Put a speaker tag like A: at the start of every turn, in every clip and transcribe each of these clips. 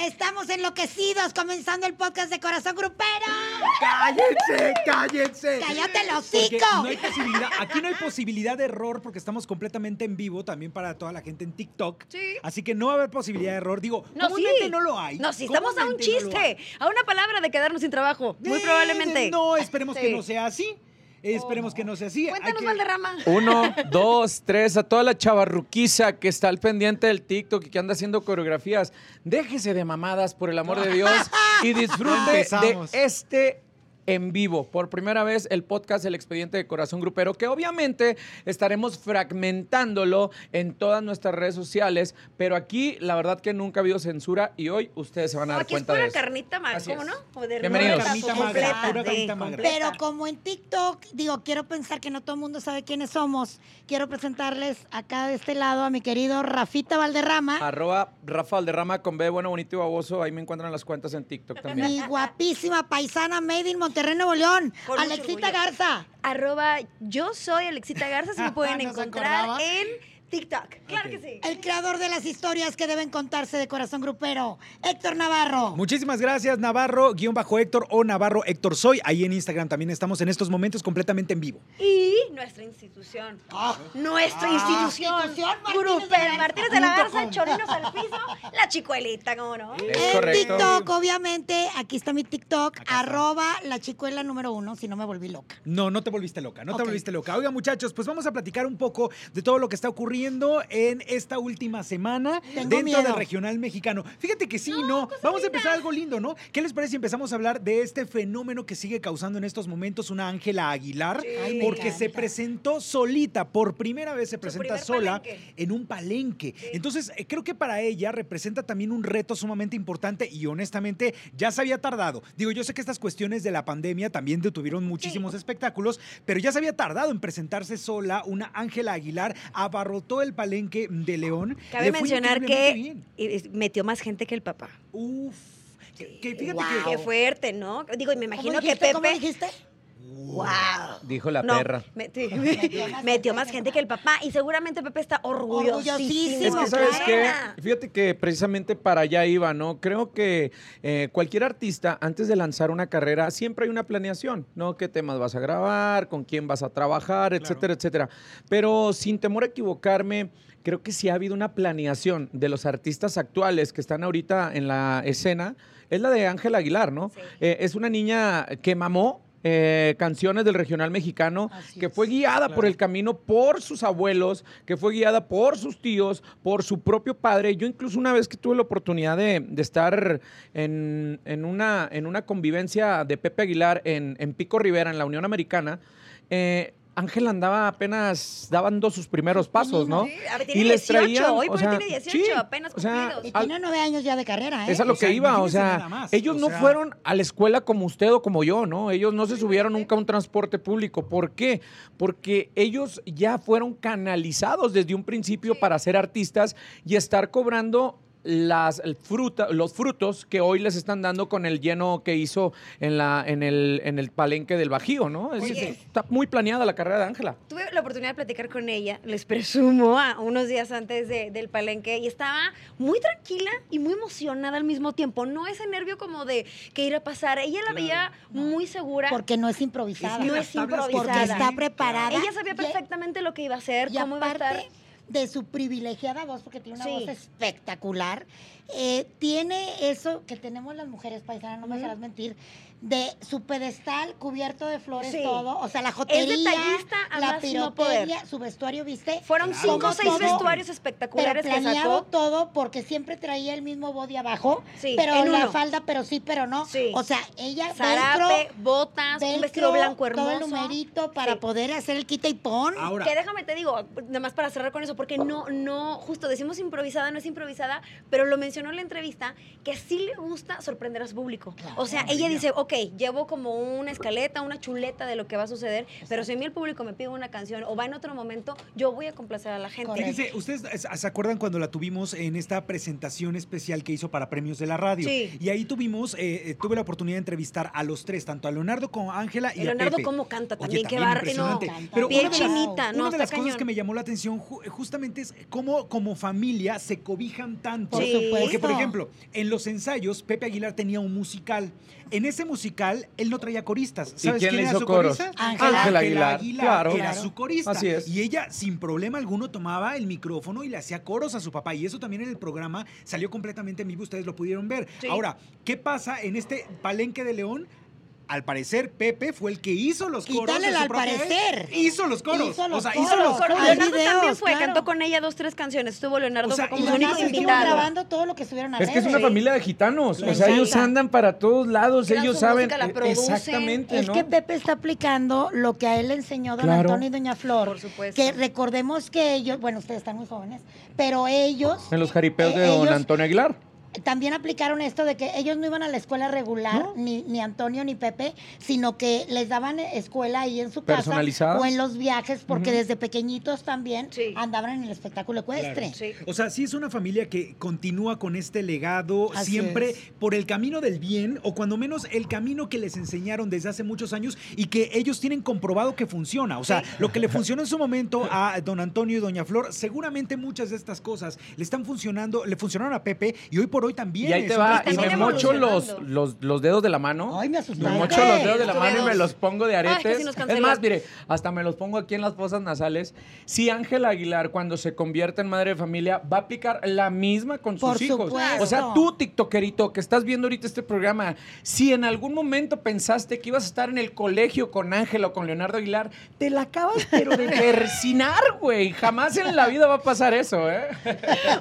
A: estamos enloquecidos comenzando el podcast de Corazón Grupero.
B: ¡Cállense! ¡Cállense!
A: ¡Cállate el
C: Porque
A: hocico!
C: no hay posibilidad, aquí no hay posibilidad de error porque estamos completamente en vivo también para toda la gente en TikTok.
D: Sí.
C: Así que no va a haber posibilidad de error. Digo,
D: No,
C: comúnmente
D: sí.
C: no lo hay.
D: No, si estamos a un
C: Comúnmente no lo hay.
D: chiste, a una palabra de quedarnos sin trabajo, muy
C: Eh,
D: probablemente.
C: No, esperemos que
D: Sí.
C: no sea así. Esperemos que no sea así. Hay
D: Cuéntanos,
C: que-
D: Valderrama.
E: Uno, dos, tres, a toda la chavarruquiza que está al pendiente del TikTok y que anda haciendo coreografías, déjese de mamadas, por el amor de Dios, y disfrute de
B: Empezamos.
E: este en vivo. Por primera vez, el podcast El Expediente de Corazón Grupero, que obviamente estaremos fragmentándolo en todas nuestras redes sociales, pero aquí la verdad que nunca ha habido censura y hoy ustedes se van a
D: No,
E: dar
D: aquí es
E: cuenta
D: pura
E: de eso.
D: carnita magra,
E: Así
D: ¿cómo
E: es.
D: no? O de
E: Bienvenidos.
D: ruleta,
C: Carnita
D: su
C: magra,
D: completa,
C: pura
D: sí,
C: carnita magra.
D: completa.
A: Pero como en TikTok, digo, quiero pensar que no todo el mundo sabe quiénes somos. Quiero presentarles acá de este lado a mi querido Rafita
D: Ah,
A: Valderrama,
E: Arroba Rafa Valderrama con B, bueno, bonito y baboso. Ahí me encuentran las cuentas en TikTok también.
A: mi guapísima paisana Made in Monterrey, Nuevo León,
D: Con mucho
A: Alexita
D: orgullo.
A: Garza.
D: Arroba yo soy Alexita Garza, si me pueden
B: Nos
D: encontrar
B: acordaba.
D: en TikTok. Claro que sí.
A: El creador de las historias que deben contarse de corazón grupero, Héctor Navarro.
C: Muchísimas gracias, Navarro, guión bajo Héctor o Navarro Héctor Soy. Ahí en Instagram también estamos en estos momentos completamente en vivo.
D: Y nuestra institución.
C: Ah.
D: Nuestra institución.
A: institución Martínez de
D: Grupera
A: la-
D: Martínez de la
B: punto
D: Garza,
B: com.
D: chorinos al piso, la chicuelita, ¿cómo no?
E: Es
A: en
E: correcto.
A: TikTok, obviamente, aquí está mi TikTok, arroba la chicuela número uno, si no me volví loca.
C: No, no te volviste loca, no te
A: Ok.
C: volviste loca. Oiga, muchachos, pues vamos a platicar un poco de todo lo que está ocurriendo en esta última semana
A: Tengo
C: dentro
A: miedo.
C: del regional mexicano. Fíjate que sí, ¿no? Vamos a empezar algo lindo, ¿no? ¿Qué les parece si empezamos a hablar de este fenómeno que sigue causando en estos momentos una Ángela Aguilar?
A: Ay, me
C: porque se
A: encanta.
C: presentó solita, por primera vez se presenta
D: primer
C: sola
D: palenque.
C: en un palenque. Entonces, eh, creo que para ella representa también un reto sumamente importante y honestamente ya se había tardado. Digo, yo sé que estas cuestiones de la pandemia también detuvieron muchísimos espectáculos, pero ya se había tardado en presentarse sola. Una Ángela Aguilar abarrotó el palenque de León.
D: Cabe
C: Le fue
D: mencionar que
C: increíblemente bien.
D: eh, metió más gente que el papá.
C: Uf. Que, que fíjate
A: Wow.
D: Qué fuerte, ¿no? Digo, y me imagino
A: ¿Cómo
D: que
A: dijiste? ¿Cómo
D: Pepe.
A: dijiste?
D: ¡Wow!
E: Dijo la
D: No,
E: perra.
D: meti- Metió, más gente que el papá y seguramente Pepe está orgullosísimo.
E: Es
A: Muchísimo,
E: que, ¿sabes qué?
D: Claro.
E: Fíjate que precisamente para allá iba, ¿no? Creo que eh, cualquier artista, antes de lanzar una carrera, siempre hay una planeación, ¿no? ¿Qué temas vas a grabar? ¿Con quién vas a trabajar? Etcétera, etcétera. Pero sin temor a equivocarme, creo que sí ha habido una planeación de los artistas actuales que están ahorita en la escena. Es la de Ángela Aguilar, ¿no?
D: Sí.
E: Eh, es una niña que mamó. eh, canciones del regional mexicano
A: Así
E: que
A: es.
E: fue guiada por el camino por sus abuelos, que fue guiada por sus tíos, por su propio padre. Yo incluso una vez que tuve la oportunidad de, de estar en, en una, en una convivencia de Pepe Aguilar en, en Pico Rivera, en la Unión Americana, eh, Ángel andaba apenas, daban dos sus primeros pasos, ¿no?
D: Sí, a ver, tiene 18, hoy por hoy tiene 18, apenas
E: o sea, ah,
D: cumplidos.
A: Y
E: al-
A: tiene nueve años ya de carrera, ¿eh?
E: es a lo
C: O sea,
E: que iba, o
C: imagínense nada
E: sea,
C: más,
E: ellos
C: o
E: no
C: sea-
E: fueron a la escuela como usted o como yo, ¿no? Ellos no se subieron nunca a un transporte público. ¿Por qué? Porque ellos ya fueron canalizados desde un principio para ser artistas y estar cobrando las el fruta, los frutos que hoy les están dando con el lleno que hizo en la en el en el palenque del Bajío, ¿no? Es
D: Oye.
E: decir, está muy planeada la carrera de Ángela.
D: Tuve la oportunidad de platicar con ella, les presumo, a unos días antes de- del palenque y estaba muy tranquila y muy emocionada al mismo tiempo. No ese nervio como de que ir a pasar. Ella la veía muy segura.
A: Porque no es improvisada.
D: No es
A: porque
D: improvisada.
A: está preparada.
D: ella sabía
A: Y- e
D: perfectamente lo que iba a hacer,
A: Y
D: cómo iba a estar.
A: aparte de su privilegiada voz, porque tiene una
D: Sí.
A: voz espectacular, eh, tiene eso que tenemos las mujeres paisanas, no me dejarás mentir, de su pedestal cubierto de flores
D: Sí.
A: todo, o sea, la jotería,
D: detallista a
A: la
D: más no poder.
A: pirotería, su vestuario, ¿viste?
D: Fueron
C: Claro.
D: cinco o
C: Como
D: seis
C: todo,
D: vestuarios
A: Pero
D: espectaculares que
A: planeado
D: sacó.
A: todo porque siempre traía el mismo body abajo,
D: Sí,
A: pero
D: en
A: la
D: uno.
A: falda, pero sí, pero no.
D: Sí.
A: O sea, ella
D: Zarape,
A: velcro,
D: botas, un
A: velcro,
D: vestido blanco
A: todo el
D: hermoso.
A: numerito para
D: Sí.
A: poder hacer el quita y pon.
E: Ah,
C: Ahora,
D: Que déjame te digo, nada más para cerrar con eso, porque no, no, justo decimos improvisada, no es improvisada, pero lo mencionó en la entrevista, que sí le gusta sorprender a su público. o sea, ella dice, ok, llevo como una escaleta, una chuleta de lo que va a suceder, pero si a mí el público me pide una canción o va en otro momento, yo voy a complacer a la gente.
A: Correcto.
C: Fíjense, ustedes es- se acuerdan cuando la tuvimos en esta presentación especial que hizo para premios de la radio.
D: Sí.
C: Y ahí tuvimos, eh, eh, tuve la oportunidad de entrevistar a los tres, tanto a Leonardo como a Ángela y
D: Y Leonardo
C: a Pepe.
D: cómo canta
C: Oye,
D: también, qué
C: también
D: bar... No,
C: impresionante.
A: canta.
C: Pero
D: piel
C: una de las-
D: chinita, no,
C: una de
D: está
C: las cosas
D: cañón.
C: que me llamó la atención ju- justamente es cómo como familia se cobijan tanto.
A: Por
D: Sí.
A: supuesto.
C: Porque, por ejemplo, en los ensayos, Pepe Aguilar tenía un musical. En ese musical, él no traía coristas. ¿Sabes
E: quién
C: quién,
E: le
C: era
E: hizo
C: su
E: coros?
C: corista?
A: Ángela.
E: Ángela Aguilar, claro.
C: Era
A: Claro.
C: su corista.
E: Así es.
C: Y ella, sin problema alguno, tomaba el micrófono y le hacía coros a su papá. Y eso también en el programa salió completamente en vivo. Ustedes lo pudieron ver.
D: Sí.
C: Ahora, ¿qué pasa en este palenque de León? Al parecer, Pepe fue el que hizo los coros.
A: Quítale
C: de
A: el
C: su
A: al
C: propia-
A: parecer.
C: Hizo los coros.
A: Hizo
C: o
A: los
C: sea, hizo
A: coros.
C: los coros.
A: Hay
D: Leonardo también
A: videos,
D: fue,
A: claro.
D: cantó con ella dos, tres canciones. Estuvo Leonardo
C: O sea,
D: fue
C: y
A: Y
D: como su único
A: Leonardo estuvo
D: invitado.
A: grabando todo lo que estuvieron a
E: Es que es una familia de gitanos.
A: Claro.
E: O sea, ellos
A: Exacto.
E: andan para todos lados,
D: Crean
E: ellos
D: su
E: saben.
D: música, la
E: eh,
D: producen.
E: Exactamente,
A: Es
E: ¿no?
A: que Pepe está aplicando lo que a él le enseñó don
E: Claro.
A: Antonio y doña Flor.
D: Por supuesto.
A: Que recordemos que ellos, bueno, ustedes están muy jóvenes, pero ellos...
E: En los jaripeos
A: eh,
E: de don
A: ellos
E: Antonio Aguilar.
A: También aplicaron esto de que ellos no iban a la escuela regular, ni, ni Antonio ni Pepe, sino que les daban escuela ahí en su casa
E: Personalizada.
A: o en los viajes, porque desde pequeñitos también
D: Sí.
A: andaban en el espectáculo ecuestre.
D: Sí.
C: O sea, sí es una familia que continúa con este legado
A: Así
C: siempre
A: es.
C: por el camino del bien o cuando menos el camino que les enseñaron desde hace muchos años y que ellos tienen comprobado que funciona. O sea, lo que le funcionó en su momento a don Antonio y doña Flor, seguramente muchas de estas cosas le están funcionando, le funcionaron a Pepe y hoy por hoy también.
E: Y ahí
C: es
E: te
C: un
E: va, y
C: restaurante.
E: me
D: también
E: mocho los,
D: evolucionando.
E: los, los dedos de la mano.
A: Ay, me
E: Me
A: asustaste.
E: mocho los dedos de la
D: Tuve
E: mano y me
D: dos.
E: los pongo
A: Ah,
E: de
D: Ay,
E: aretes.
D: casi nos
E: es
D: cancelan.
E: más, mire, hasta me los pongo aquí en las fosas nasales. Si Ángela Aguilar, cuando se convierta en madre de familia, va a aplicar la misma con sus
A: Por
E: hijos.
A: supuesto.
E: O sea, tú, TikTokerito, que estás viendo ahorita este programa, si en algún momento pensaste que ibas a estar en el colegio con Ángela o con Leonardo Aguilar, te la acabas pero de persinar, güey. Jamás en la vida va a pasar eso, ¿eh?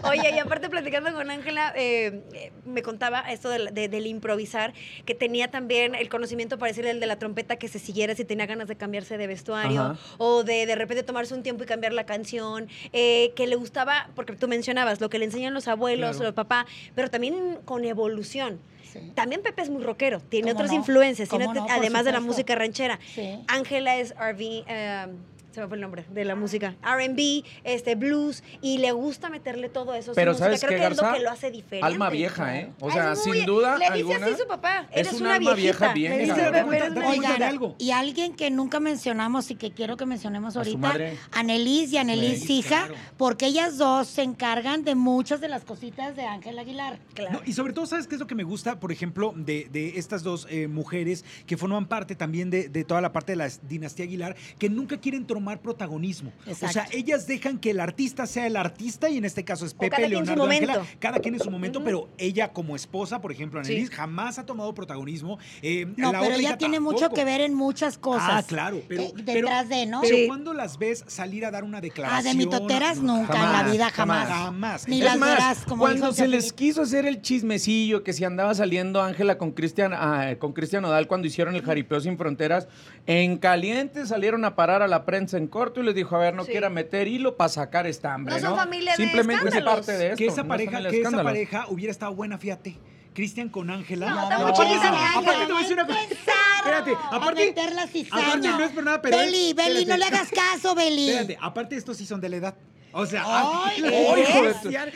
D: Oye, y aparte platicando con Ángela, eh, eh, me contaba esto del, de- del improvisar, que tenía también el conocimiento parecido al de la trompeta que se siguiera si tenía ganas de cambiarse de vestuario
E: Ajá.
D: o de de repente tomarse un tiempo y cambiar la canción, eh, que le gustaba, porque tú mencionabas, lo que le enseñan los abuelos,
E: Claro.
D: los papás, pero también con evolución.
A: Sí.
D: También Pepe es muy rockero, tiene
A: ¿Cómo
D: otras
A: no?
D: influencias, tiene
A: ¿Cómo no?
D: ot-
A: Por
D: además de la
A: supuesto.
D: música ranchera.
A: Sí.
D: Ángela es RV, eh, se me fue el nombre de la música, R&B, este blues y le gusta meterle todo eso. a su
E: Pero
D: música.
E: ¿sabes
D: creo
E: qué,
D: que es lo
E: Garza?
D: que lo hace diferente.
E: Alma vieja, ¿eh? O
D: Es
E: sea,
D: muy-
E: sin duda
D: Le dice
E: alguna,
D: así su papá,
E: es
D: eres
E: un
D: una
E: alma
D: viejita.
E: vieja bien
D: le
E: cabrón.
D: dice
C: Date
D: Pepe.
C: cuenta, date cuenta
D: Oiga,
C: de
A: Oigan,
C: algo.
A: y alguien que nunca mencionamos y que quiero que mencionemos
E: A su
A: ahorita,
E: madre.
A: Annelies y Annelies
C: Sí,
A: hija,
C: claro.
A: porque ellas dos se encargan de muchas de las cositas de Ángel Aguilar.
D: Claro.
C: No, y sobre todo, ¿sabes qué es lo que me gusta, por ejemplo, de, de estas dos eh, mujeres que forman parte también de, de toda la parte de la dinastía Aguilar, que nunca quieren tomar protagonismo? O sea,
A: Exacto.
C: ellas dejan que el artista sea el artista y en este caso es Pepe,
D: cada quien en su
C: Leonardo, Ángela,
D: momento.
C: cada quien en su momento, pero ella como esposa, por ejemplo,
D: Sí.
C: Annelies, jamás ha tomado protagonismo. eh,
A: No,
C: la
A: pero
C: otra
A: ella
C: hija
A: tiene mucho
C: tampoco.
A: que ver en muchas cosas.
C: Ah, claro, pero,
A: eh,
C: pero-
A: detrás de, ¿no?
C: Pero
D: Sí.
C: cuando las ves salir a dar una
A: Ah,
C: declaración.
A: de mitoteras nunca, en la
E: jamás,
A: vida jamás.
C: jamás.
A: Ni
C: Es
A: las
E: es más,
A: verás, como
E: cuando
A: dijo
E: se les
A: Jacqueline.
E: quiso hacer el chismecillo que si andaba saliendo Ángela con Cristian ah, con Cristian Odal cuando hicieron el jaripeo sin fronteras, en caliente salieron a parar a la prensa en corto y les dijo, a ver, no
D: Sí.
E: quiera meter hilo para sacar esta hambre,
D: No son familia de
E: Simplemente es
D: escándalos.
E: parte de esto.
C: que esa
E: no
C: pareja,
E: son el
C: que esa
E: escándalo.
C: pareja hubiera estado buena, fíjate. Cristian con Ángela.
D: No,
A: está muy
C: aparte,
A: chiquita la
C: aparte
A: Ángela.
C: te voy a decir una cosa.
A: Pensaron
C: Espérate,
A: a
C: aparte.
A: meter la cizaña.
C: aparte no es por nada, pero.
A: Beli, Beli,
C: espérate.
A: no le hagas caso, Beli.
C: Espérate, aparte estos sí son de la edad. O sea,
A: Ay,
C: Ángela-
A: ¿qué?
C: Ay, hijo de tu- Cristian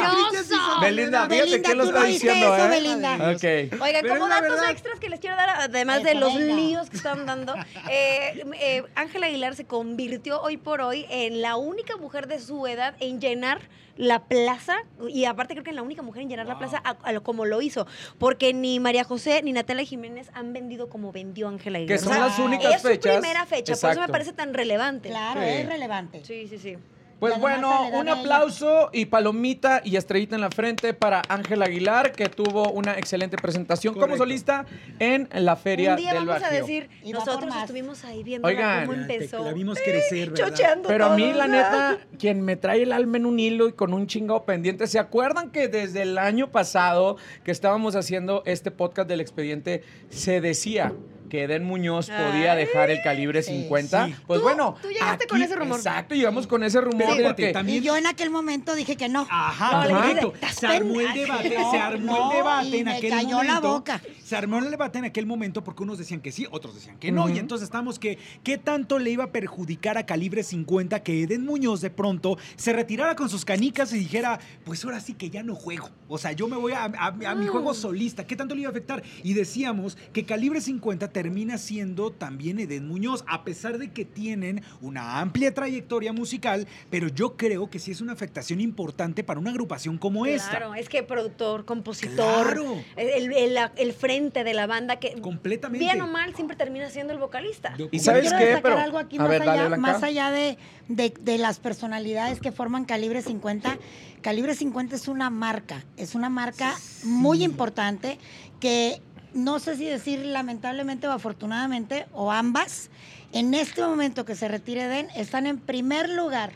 D: Mentiroso.
E: Belinda, fíjate
A: Belinda,
E: que lo
A: tú
E: está
A: no viste
E: diciendo,
A: eso,
E: ¿eh?
A: Belinda.
E: Ok.
D: Oigan,
C: Pero
D: como
C: es la
D: datos
C: verdad.
D: extras que les quiero dar, además
A: Eso,
D: de los
A: venga.
D: líos que están dando, eh, eh, Ángela Aguilar se convirtió hoy por hoy en la única mujer de su edad en llenar la plaza, y aparte creo que es la única mujer en llenar la
C: Wow.
D: plaza a- a lo- como lo hizo, porque ni María José ni Natalia Jiménez han vendido como vendió Ángela Aguilar.
E: Que son
A: sea,
E: las únicas
D: es su
E: fechas.
D: primera fecha, por eso me
E: Exacto.
D: parece tan relevante.
A: Claro,
E: Sí.
A: es relevante.
D: Sí, sí, sí.
E: Pues
A: Además,
E: bueno,
A: se le da
E: un
A: a ella.
E: aplauso y palomita y estrellita en la frente para Ángela Aguilar, que tuvo una excelente presentación como
C: Correcto.
E: solista en la Feria
D: Un día
E: del
D: vamos a
E: Bajío.
D: decir,
A: Y va por
D: nosotros
A: más.
D: estuvimos ahí viendo
E: Oigan,
D: cómo empezó.
C: La vimos crecer, ¿verdad?
D: chocheando
E: Pero a mí,
D: todo,
E: la
D: ¿no?
E: neta, quien me trae el alma en un hilo y con un chingado pendiente, ¿se acuerdan que desde el año pasado que estábamos haciendo este podcast del expediente, se decía que Eden Muñoz podía dejar el calibre
A: Sí.
E: 50,
C: Sí.
E: pues
D: Tú-
E: bueno.
D: tú llegaste con ese rumor.
E: Exacto, llegamos con ese rumor.
C: Pero
E: porque-
C: porque
A: Y
C: también.
A: yo en aquel momento dije que
C: Ah,
A: no.
C: Ajá,
D: No, le dije,
C: correcto.
D: "Estás
C: Se armó el
D: pendeja".
C: debate,
A: No,
C: se armó
A: no,
C: el debate
A: y
C: en
A: me
C: aquel
A: cayó la
C: momento.
A: boca.
C: Se armó el debate en aquel momento porque unos decían que sí, otros decían que no.
E: Ujú.
C: Y entonces estábamos que, ¿qué tanto le iba a perjudicar a Calibre 50 que Eden Muñoz de pronto se retirara con sus canicas y dijera, pues ahora sí que ya no juego? O sea, yo me voy a, a- a
D: Ah.
C: mi juego solista. ¿Qué tanto le iba a afectar? Y decíamos que Calibre 50 termina siendo también Eden Muñoz, a pesar de que tienen una amplia trayectoria musical, pero yo creo que sí es una afectación importante para una agrupación como esta.
D: Claro, es que productor, compositor,
C: Claro.
D: el, el- el frente de la banda que
C: Completamente.
D: bien o mal siempre termina siendo el vocalista.
C: Yo-
E: ¿Y
A: Yo
E: sabes
A: quiero
E: qué?
A: destacar
E: Pero-
A: algo aquí
E: a
A: más,
E: ver, dale,
A: allá,
E: Blanca.
A: más allá de, de- de las personalidades que forman Calibre 50. Calibre 50 es una marca, es una marca muy importante que no sé si decir lamentablemente o afortunadamente o ambas, en este momento que se retire Den, están en primer lugar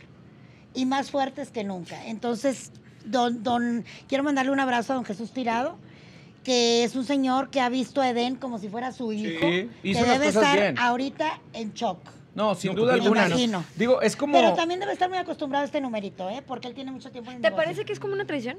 A: y más fuertes que nunca. Entonces, don, don, quiero mandarle un abrazo a don Jesús Tirado, que es un señor que ha visto a Edén como si fuera su hijo,
E: hizo
A: que
E: las
A: debe
E: cosas
A: estar
E: bien.
A: ahorita en shock.
E: No, sin
C: No,
E: duda alguna. ¿no?
A: imagino.
E: Digo, es como.
A: Pero también debe estar muy acostumbrado a este numerito, ¿eh? Porque él tiene mucho tiempo en el
D: ¿Te
A: negocio.
D: parece que es como una traición?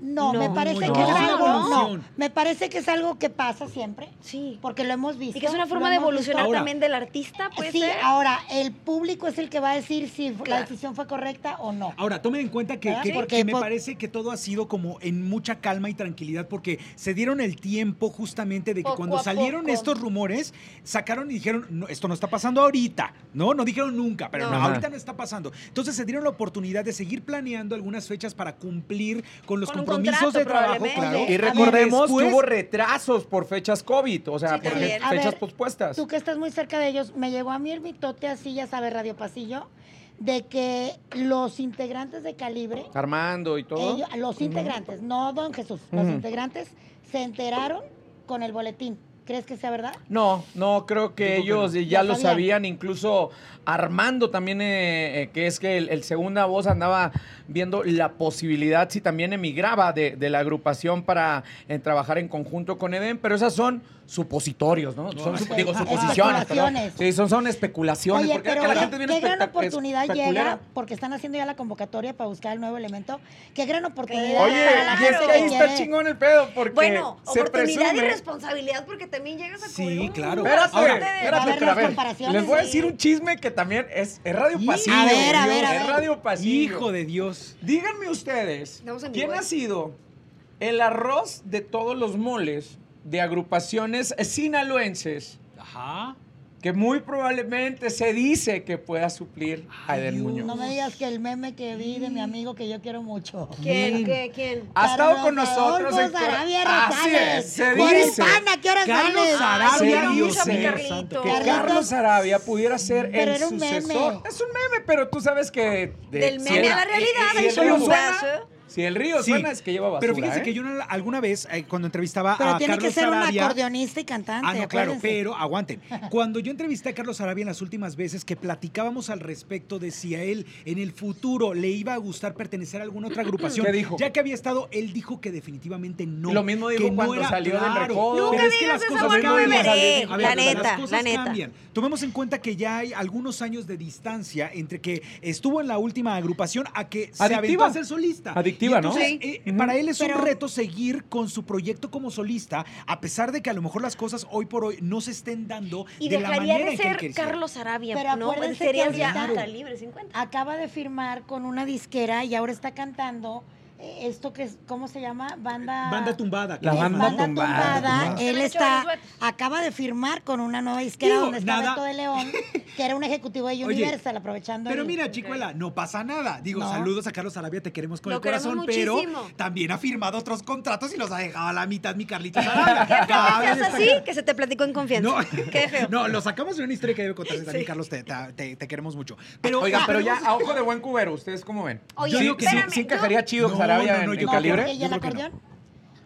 A: No,
D: No,
A: me parece
D: no,
A: que es
D: no,
A: algo...
D: no.
A: no, me parece que es algo que pasa siempre,
D: Sí.
A: porque lo hemos visto.
D: Y que es una
A: lo
D: forma de
A: hemos visto.
D: evolucionar
C: Ahora-
D: también del artista, puede
A: Sí,
D: ser.
A: ahora, el público es el que va a decir si la
D: Claro.
A: decisión fue correcta o no.
C: Ahora, tomen en cuenta que,
A: ¿Verdad?
C: que-
A: Sí.
C: que me
A: Porque-
C: parece que todo ha sido como en mucha calma y tranquilidad porque se dieron el tiempo justamente de que
D: Poco
C: cuando
D: a
C: salieron
D: poco.
C: estos rumores, sacaron y dijeron, "No, esto no está pasando ahorita, ¿no? No dijeron nunca, pero
D: No.
C: no,
E: Ajá.
C: ahorita no está pasando. Entonces se dieron la oportunidad de seguir planeando algunas fechas para cumplir con los
D: Con un
C: compromisos
D: contrato,
C: de trabajo.
D: probablemente.
E: Y
A: A ver,
E: recordemos que
C: después-
E: hubo retrasos por fechas COVID, o sea,
D: Sí,
E: por fe-
D: también.
A: A
E: fechas
A: ver,
E: pospuestas.
A: Tú que estás muy cerca de ellos, me llegó a mí el mitote así, ya sabes, Radio Pasillo, de que los integrantes de Calibre,
E: Armando y Ah, todo.
A: ellos- Eh, los integrantes, no Don Jesús, los
E: Ujú.
A: integrantes se enteraron con el boletín. ¿Crees que sea verdad?
E: No, no, creo que
C: Yo creo
E: ellos
A: no.
E: ya
A: Ya
E: lo
A: sabían.
E: sabían, incluso Armando también, eh, eh, que es que el, el segunda voz andaba viendo la posibilidad si también emigraba de, de la agrupación para eh, trabajar en conjunto con Eden, pero esas son supositorios, ¿no? Son,
C: No,
E: sup-
A: sí.
E: digo,
A: Ah,
E: suposiciones, perdón.
A: especulaciones.
E: Sí, son, son especulaciones.
A: Oye,
E: porque
A: pero
E: la
A: qué-
E: gente viene
A: qué gran
E: espectac-
A: oportunidad
E: espectaculera.
A: llega, porque están haciendo ya la convocatoria para buscar el nuevo elemento. Qué gran oportunidad.
E: Oye,
A: para la
E: y es
A: gente
E: que ahí está
A: quiere-
E: chingón el pedo, porque
D: Bueno,
E: se
D: oportunidad y
E: presume-
D: responsabilidad porque también llegas a
C: Sí,
D: cubrir un-
C: claro.
D: una
E: Espérate,
D: parte de-
A: va a
E: espérate,
A: haber
E: pero a
A: las
E: ver,
A: comparaciones,
E: les voy a
A: sí.
E: decir un chisme que también es, es Radio
C: Y-
E: Pasillo.
A: A ver, a
E: Dios,
A: ver, a
E: Es
A: ver.
E: Radio Pasillo.
C: Hijo de Dios.
E: Díganme ustedes,
D: Estamos en
E: ¿quién
D: vivo,
E: ha
D: ¿eh?
E: sido el arroz de todos los moles de agrupaciones sinaloenses
C: Ajá.
E: que muy probablemente se dice que pueda suplir a
C: Ay,
E: Eden
C: Dios.
E: Muñoz?
A: No me digas que el meme que vi de mi amigo que yo quiero mucho.
D: ¿Quién? ¿Qué? ¿Quién?
E: Ha estado
A: Carlos
E: con nosotros en
A: Adolfo Sarabia
E: Así
A: Rosales.
E: es, se
A: Por
E: dice.
A: hispana, ¿qué Ah, hora
C: Carlos
A: sales?
D: Ay,
C: Sarabia,
D: quiero
C: Dios
D: mucho a mi
C: mío
D: Carlito.
C: santo,
E: que
C: qué
A: Carlitos-
E: Carlos Arabia pudiera ser
A: Pero
E: el
A: era un meme.
E: sucesor. Es un meme, pero tú sabes que de-
D: Del
E: si
D: meme
E: el-
D: a la realidad,
E: si
D: ahí
E: el
D: soy
E: río
D: un
E: suena-
D: pedazo.
E: Si el río
C: Sí,
E: suena es que lleva basura. ¿eh?
C: Pero fíjense que yo no- alguna vez, eh, cuando entrevistaba
A: Pero
C: a
A: tiene
C: Carlos
A: que ser un
C: Sarabia-
A: acordeonista y cantante.
C: Ah, no, claro,
A: acuérdense.
C: pero aguanten. Cuando yo entrevisté a Carlos Arabia en las últimas veces que platicábamos al respecto de si a él en el futuro le iba a gustar pertenecer a alguna otra agrupación,
E: ¿Qué dijo?
C: ya que había estado, él dijo que definitivamente no.
E: Lo mismo dijo
C: que no
E: cuando salió del
C: pero
E: recodo. Nunca
C: es que
D: digas
C: las
D: eso,
C: cosas
E: porque no me
C: cambian.
E: veré.
C: A
E: La
C: las
D: neta,
C: cosas
D: la neta.
C: cambian. Tomemos en cuenta que ya hay algunos años de distancia entre que estuvo en la última agrupación a que se
E: Adictiva.
C: aventó a ser solista.
E: Adictiva,
C: Y entonces,
E: ¿no?
C: eh,
E: Sí.
C: para él es
A: Pero-
C: un reto seguir con su proyecto como solista, a pesar de que a lo mejor las cosas hoy por hoy no se estén dando
D: Y
C: de la
D: dejaría
C: manera
D: de
C: en que él
D: ser
C: quisiera.
D: Carlos Arabia,
A: Pero
D: ¿no?
A: acuérdense
D: Serías
A: que
D: ya
A: ahorita-
D: calibre 50.
A: Acaba de firmar con una disquera y ahora está cantando eh, esto que es, ¿cómo se llama? Banda...
C: Banda tumbada.
E: La
A: Es
C: Carlos.
E: banda
A: banda
E: tumbada,
A: tumbada.
E: tumbada.
A: Él
D: Están
A: está,
D: hechos los
A: acaba de firmar con una nueva disquera
C: Digo,
A: donde está
C: nada.
A: Beto de León, que era un ejecutivo de
C: Oye,
A: Universal, aprovechando
C: Pero
A: el-
C: mira, chicuela, no pasa nada. Digo,
A: No.
C: saludos a Carlos Arabia, te queremos con
D: Lo
C: el corazón,
D: queremos
C: pero
D: muchísimo.
C: también ha firmado otros contratos y los ha dejado a la mitad mi Carlitos Arabia. Cabe
D: ¿Estás así?
C: destacar.
D: Que se te platicó en confianza.
C: No,
D: Qué feo.
C: no, lo sacamos en una historia que debe contarse también, Carlos, te, te- te- te queremos mucho. Pero,
E: Oigan,
C: ah,
E: pero ya a ojo de buen cubero, ¿ustedes cómo ven?
D: Oye,
E: Yo digo que sí,
D: espérame,
E: sí encajaría
D: yo-
E: chido
C: No,
E: Sarabia
C: no, no,
E: en,
C: yo
E: en
C: creo
A: No,
C: que
E: calibre.
A: porque ¿Y
C: Yo
A: el
C: creo que no.
A: acordeón?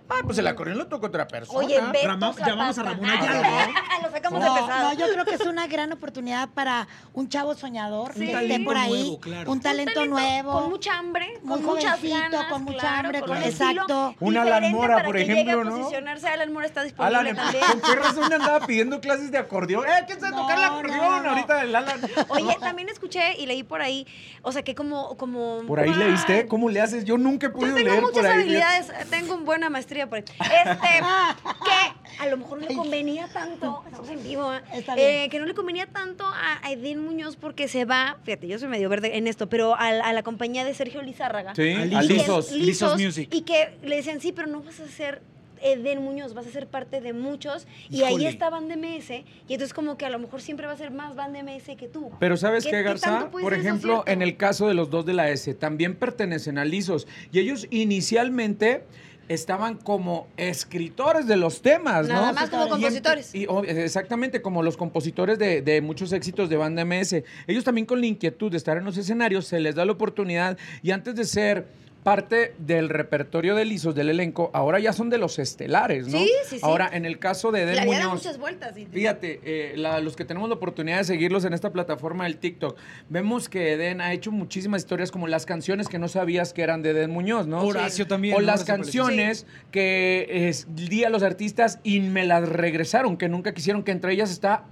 E: Ah, pues el acordeón lo tocó otra persona.
D: Oye, Beto
C: Ramón-
D: Zapata.
C: llamamos a Ramón
D: Ah,
C: Ayala,
D: Lo sacamos
A: No,
D: de pesado.
A: no, yo creo que es una gran oportunidad para un chavo soñador
D: Sí.
A: que esté
C: talento
A: por ahí,
C: nuevo, claro.
A: un, talento nuevo.
D: Con mucha hambre,
A: muy
D: con muchas
A: jovencito,
D: ganas,
A: con mucha
D: claro,
A: hambre,
D: con
A: con-
D: un estilo
A: exacto.
E: Un Alan
D: diferente
E: Mora,
D: para
E: por
D: que
E: ejemplo,
D: llegue a
E: ¿no?
D: posiciones. Alan Mora está disponible
E: Alan,
D: también.
E: ¿con qué razón andaba pidiendo clases de acordeón? ¡Eh, quién sabe tocar el
A: No,
E: acordeón!
A: no, no.
E: Ahorita el Alan.
D: Oye, también escuché y leí por ahí, o sea, que como... como Ah,
E: Por ahí
D: ¡Guau!
E: leíste, ¿cómo le haces? Yo nunca he
D: Yo
E: podido
D: tengo
E: leer
D: muchas
E: por ahí.
D: habilidades, eh, tengo una buena maestría por ahí. Este, que a lo mejor no le convenía tanto, estamos en vivo, ¿eh?
A: Está bien.
D: Eh, que no le convenía tanto a a Edén Muñoz porque se va, fíjate, yo soy medio verde en esto, pero a, la- a la compañía de Sergio Lizárraga.
E: Sí,
C: A Lizos.
E: a
D: Y que es
E: Lizos.
C: Lizos Music.
D: Y que le decían, sí, pero no vas a ser Edén Muñoz, vas a ser parte de muchos. Y ahí
C: Híjole.
D: está Band MS. Y entonces como que a lo mejor siempre va a ser más Band MS que tú.
E: Pero ¿sabes
D: ¿Qué-
E: qué,
D: qué
E: Garza?
D: tanto puede
E: Por
D: ser eso
E: ejemplo,
D: cierto?
E: en el caso de los dos de la S, también pertenecen a Lisos. Y ellos inicialmente estaban como escritores de los temas, ¿no?
D: Nada más como
E: Y em-
D: compositores.
E: Y, ob- exactamente, como los compositores de, de muchos éxitos de banda MS. Ellos también con la inquietud de estar en los escenarios, se les da la oportunidad y antes de ser parte del repertorio de Lisos, del elenco, ahora ya son de los estelares, ¿no?
D: Sí, sí, sí.
E: Ahora, en el caso de Edel
D: La vida da
E: Muñoz...
D: muchas vueltas. y-
E: Fíjate, eh, la- los que tenemos la oportunidad de seguirlos en esta plataforma del TikTok, vemos que Eden ha hecho muchísimas historias como las canciones que no sabías que eran de Eden Muñoz, ¿no?
C: Horacio también,
E: O
C: ¿no?
E: las
C: Horacio Palencia.
E: canciones que es, di a los artistas y me las regresaron, que nunca quisieron, que entre ellas está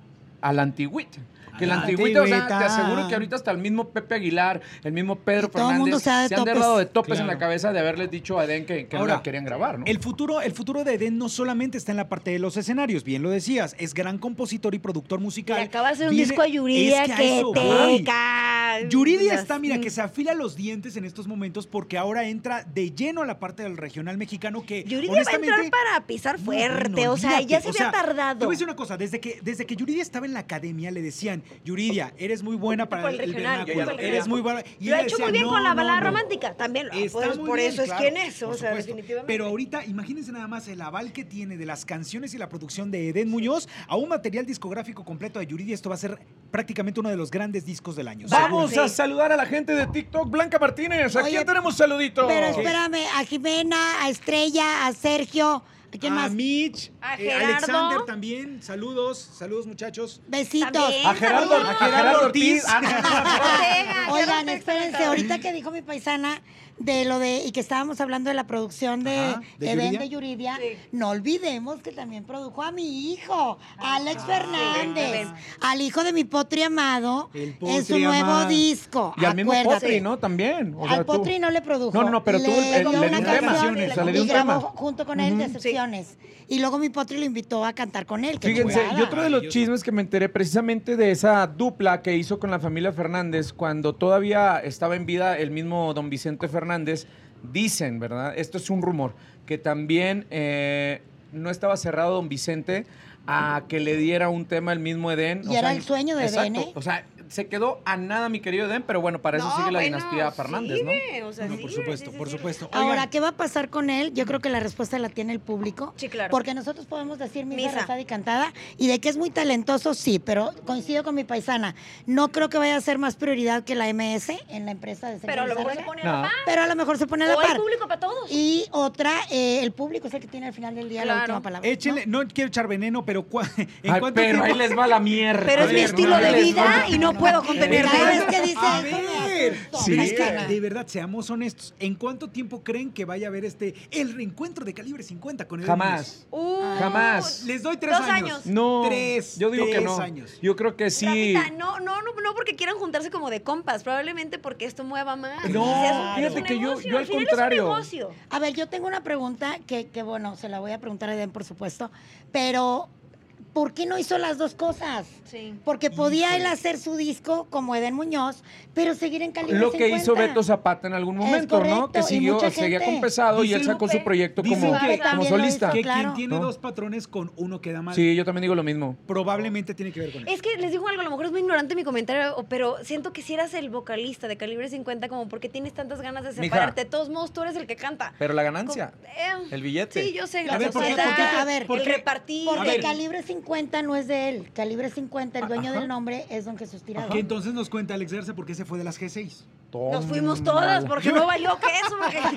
E: a la antigüita. Que la
C: la
E: antigüita, o sea, te
C: antigüita.
E: aseguro que ahorita hasta el mismo Pepe Aguilar, el mismo Pedro
A: Y todo el
E: Fernández,
A: mundo se da de
E: se han
A: topes.
E: derrado de topes en
C: Claro.
E: la cabeza de haberles dicho a Eden que, que no
C: Ahora,
E: la querían grabar, ¿no?
C: El futuro, el futuro de Eden no solamente está en la parte de los escenarios, bien lo decías, es gran compositor y productor musical.
D: Le acaba de hacer un
C: Viene-
D: disco a Yuridia
C: es a
D: que,
C: eso
D: te Mm.
C: voy.
D: cae.
C: Yuridia está, mira, que se afila los dientes en estos momentos porque ahora entra de lleno a la parte del regional mexicano que
D: Yuridia va a
C: honestamente
D: entrar para pisar
C: No,
D: fuerte,
C: bueno,
D: o sea,
C: olvídate,
D: ya se
C: o sea,
D: había
C: Te
D: tardado.
C: voy a decir una cosa, desde que, desde que Yuridia estaba en la academia le decían, Yuridia, eres muy buena para
D: Para el
C: el,
D: regional,
C: vernáculo,
E: para el
C: eres
E: regional".
C: muy buena. Y
D: lo ha
C: ella
D: hecho
C: decía,
D: muy bien
C: "No,
D: con la
C: no,
D: balada
C: no".
D: romántica, también lo
C: Está
D: pues,
C: muy
D: por
C: bien,
D: eso es
C: claro,
D: quien es, o
C: por
D: sea,
C: supuesto.
D: definitivamente.
C: Pero ahorita, imagínense nada más el aval que tiene de las canciones y la producción de Edén Muñoz a un material discográfico completo de Yuridia. Esto va a ser prácticamente uno de los grandes discos del año.
E: Vamos
D: Seguro.
E: a saludar a la gente de TikTok, Blanca Martínez. Aquí
A: Oye,
E: tenemos saluditos.
A: Pero espérame, a Jimena, a Estrella, a Sergio, ¿a quién
C: a
A: más?
C: Mitch,
D: A
C: eh,
D: Gerardo.
C: Alexander también. Saludos, saludos muchachos.
A: Besitos.
D: También.
E: A Gerardo, a Gerardo Ortiz. Ah,
A: Ah,
D: Ortega, ya
A: Oigan,
D: no te
A: espérense,
D: cuento.
A: ahorita que dijo mi paisana de lo de, y que estábamos hablando de la producción de,
C: Ajá, de
A: Edén
C: Yuridia.
A: de Yuridia,
D: Sí.
A: no olvidemos que también produjo a mi hijo, Alex Fernández,
D: sí,
A: al hijo de mi potri amado,
C: El
A: en su
C: potri
A: nuevo
C: amado.
A: disco.
E: y al mismo
A: acuérdate.
E: Potri, ¿no? También. O sea,
A: al
E: tú-
A: Potri no le produjo.
E: No, no, no, pero tú eh,
A: le
E: le-
A: dio
E: le
A: una
E: dio
A: canción
E: canciones,
D: le
E: dio
A: y
E: un
A: grabó
E: tema.
A: junto con él Decepciones. Y luego mi Potri lo invitó a cantar con él. qué
E: Fíjense,
A: chulada.
E: y otro de los chismes que me enteré precisamente de esa dupla que hizo con la familia Fernández cuando todavía estaba en vida el mismo don Vicente Fernández, dicen, ¿verdad? Esto es un rumor, que también eh, no estaba cerrado don Vicente a que le diera un tema el mismo Edén.
A: Y era el sueño de
E: exacto,
A: Edén, ¿eh?
E: O sea, se quedó a nada mi querido Edén, pero bueno, para eso
D: No,
E: sigue la
D: bueno,
E: dinastía Fernández, ¿no?
D: sigue, o sea,
C: No,
D: sigue,
C: por
D: sí,
C: supuesto,
D: sí,
C: por
D: sí.
C: supuesto.
A: Ahora,
C: Oigan,
A: ¿qué va a pasar con él? Yo creo que la respuesta la tiene el público.
D: Sí, claro.
A: Porque nosotros podemos decir misa,
D: Misa.
A: rezada y cantada. Y de que es muy talentoso, sí, pero coincido con mi paisana. No creo que vaya a ser más prioridad que la MS en la empresa de
D: Pero a lo mejor se
A: Sergio
D: pone
E: No.
D: a la par.
A: Pero a lo mejor se pone a la
D: O hay
A: par.
D: público para todos.
A: Y otra, eh, el público es el que tiene al final del día la
D: Claro.
A: última palabra. ¿no?
C: Échenle, no quiero echar veneno, pero cua- ¿en
E: Ay,
C: cuánto
E: pero
C: tiempo-
E: ahí les va la mierda.
D: Pero es
E: A
D: mi
E: ver,
D: estilo
E: ahí
D: de
E: les
D: vida
E: va.
D: y no puedo
A: Cada
D: contenerme.
A: vez que dice
C: A
A: eso, me
C: ver,
A: asusto,
C: sí, es que,
A: paisana.
C: de verdad, seamos honestos. ¿En cuánto tiempo creen que vaya a haber este el reencuentro de calibre 50 con el
E: Jamás.
D: Uh,
E: Jamás.
C: Les doy tres
D: Dos
C: años.
D: años.
E: No.
C: Tres.
E: Yo digo que
C: tres
E: no.
C: años.
E: Yo creo que sí.
D: Rafita, no, no, no, no porque quieran juntarse como de compas, probablemente porque esto mueva más.
E: No,
D: O sea, es un- es
E: fíjate
D: un
E: que yo-
D: negocio,
E: yo al
D: final
E: contrario.
D: Es un negocio.
A: A ver, yo tengo una pregunta que, que, bueno, se la voy a preguntar a Eden, por supuesto. Pero, ¿por qué no hizo las dos cosas?
D: Sí.
A: Porque podía
C: Híjole.
A: él hacer su disco como Eden Muñoz, pero seguir en calibre
E: Lo que
A: 50.
E: hizo Beto Zapata en algún
A: Es
E: momento, ¿no?
A: correcto,
E: Que
A: y
E: siguió,
A: mucha
E: seguía
A: gente.
E: con pesado y él
C: Dicen
E: sacó su
D: Lupe,
E: proyecto
C: dicen
E: como,
C: que
E: como
A: también lo
E: solista.
C: que
A: claro.
C: quien tiene
E: No.
C: dos patrones con uno queda mal.
E: Sí, yo también digo lo mismo.
C: Probablemente tiene que ver con eso.
D: Es que les digo algo, a lo mejor es muy ignorante mi comentario, o- pero siento que si eras el vocalista de calibre 50, como porque tienes tantas ganas de
E: Mija.
D: separarte, de todos modos tú eres el que canta.
E: Pero la ganancia.
D: Como- eh,
E: El billete.
D: Sí, yo sé,
C: A
D: la
C: ver, ¿por qué-
D: sociedad,
C: por qué-
A: a ver,
C: por
D: el
C: qué-
D: repartir.
C: A
A: Porque
C: ver.
A: calibre 50 no es de él.
E: Ah,
A: Calibre 50, el dueño del nombre es Don Jesús Tirado.
C: Que entonces nos cuenta Alex Garza por qué se fue de las G6.
D: Nos
E: Mm,
D: fuimos todas,
E: Tómala.
D: porque no valió que eso, mujer.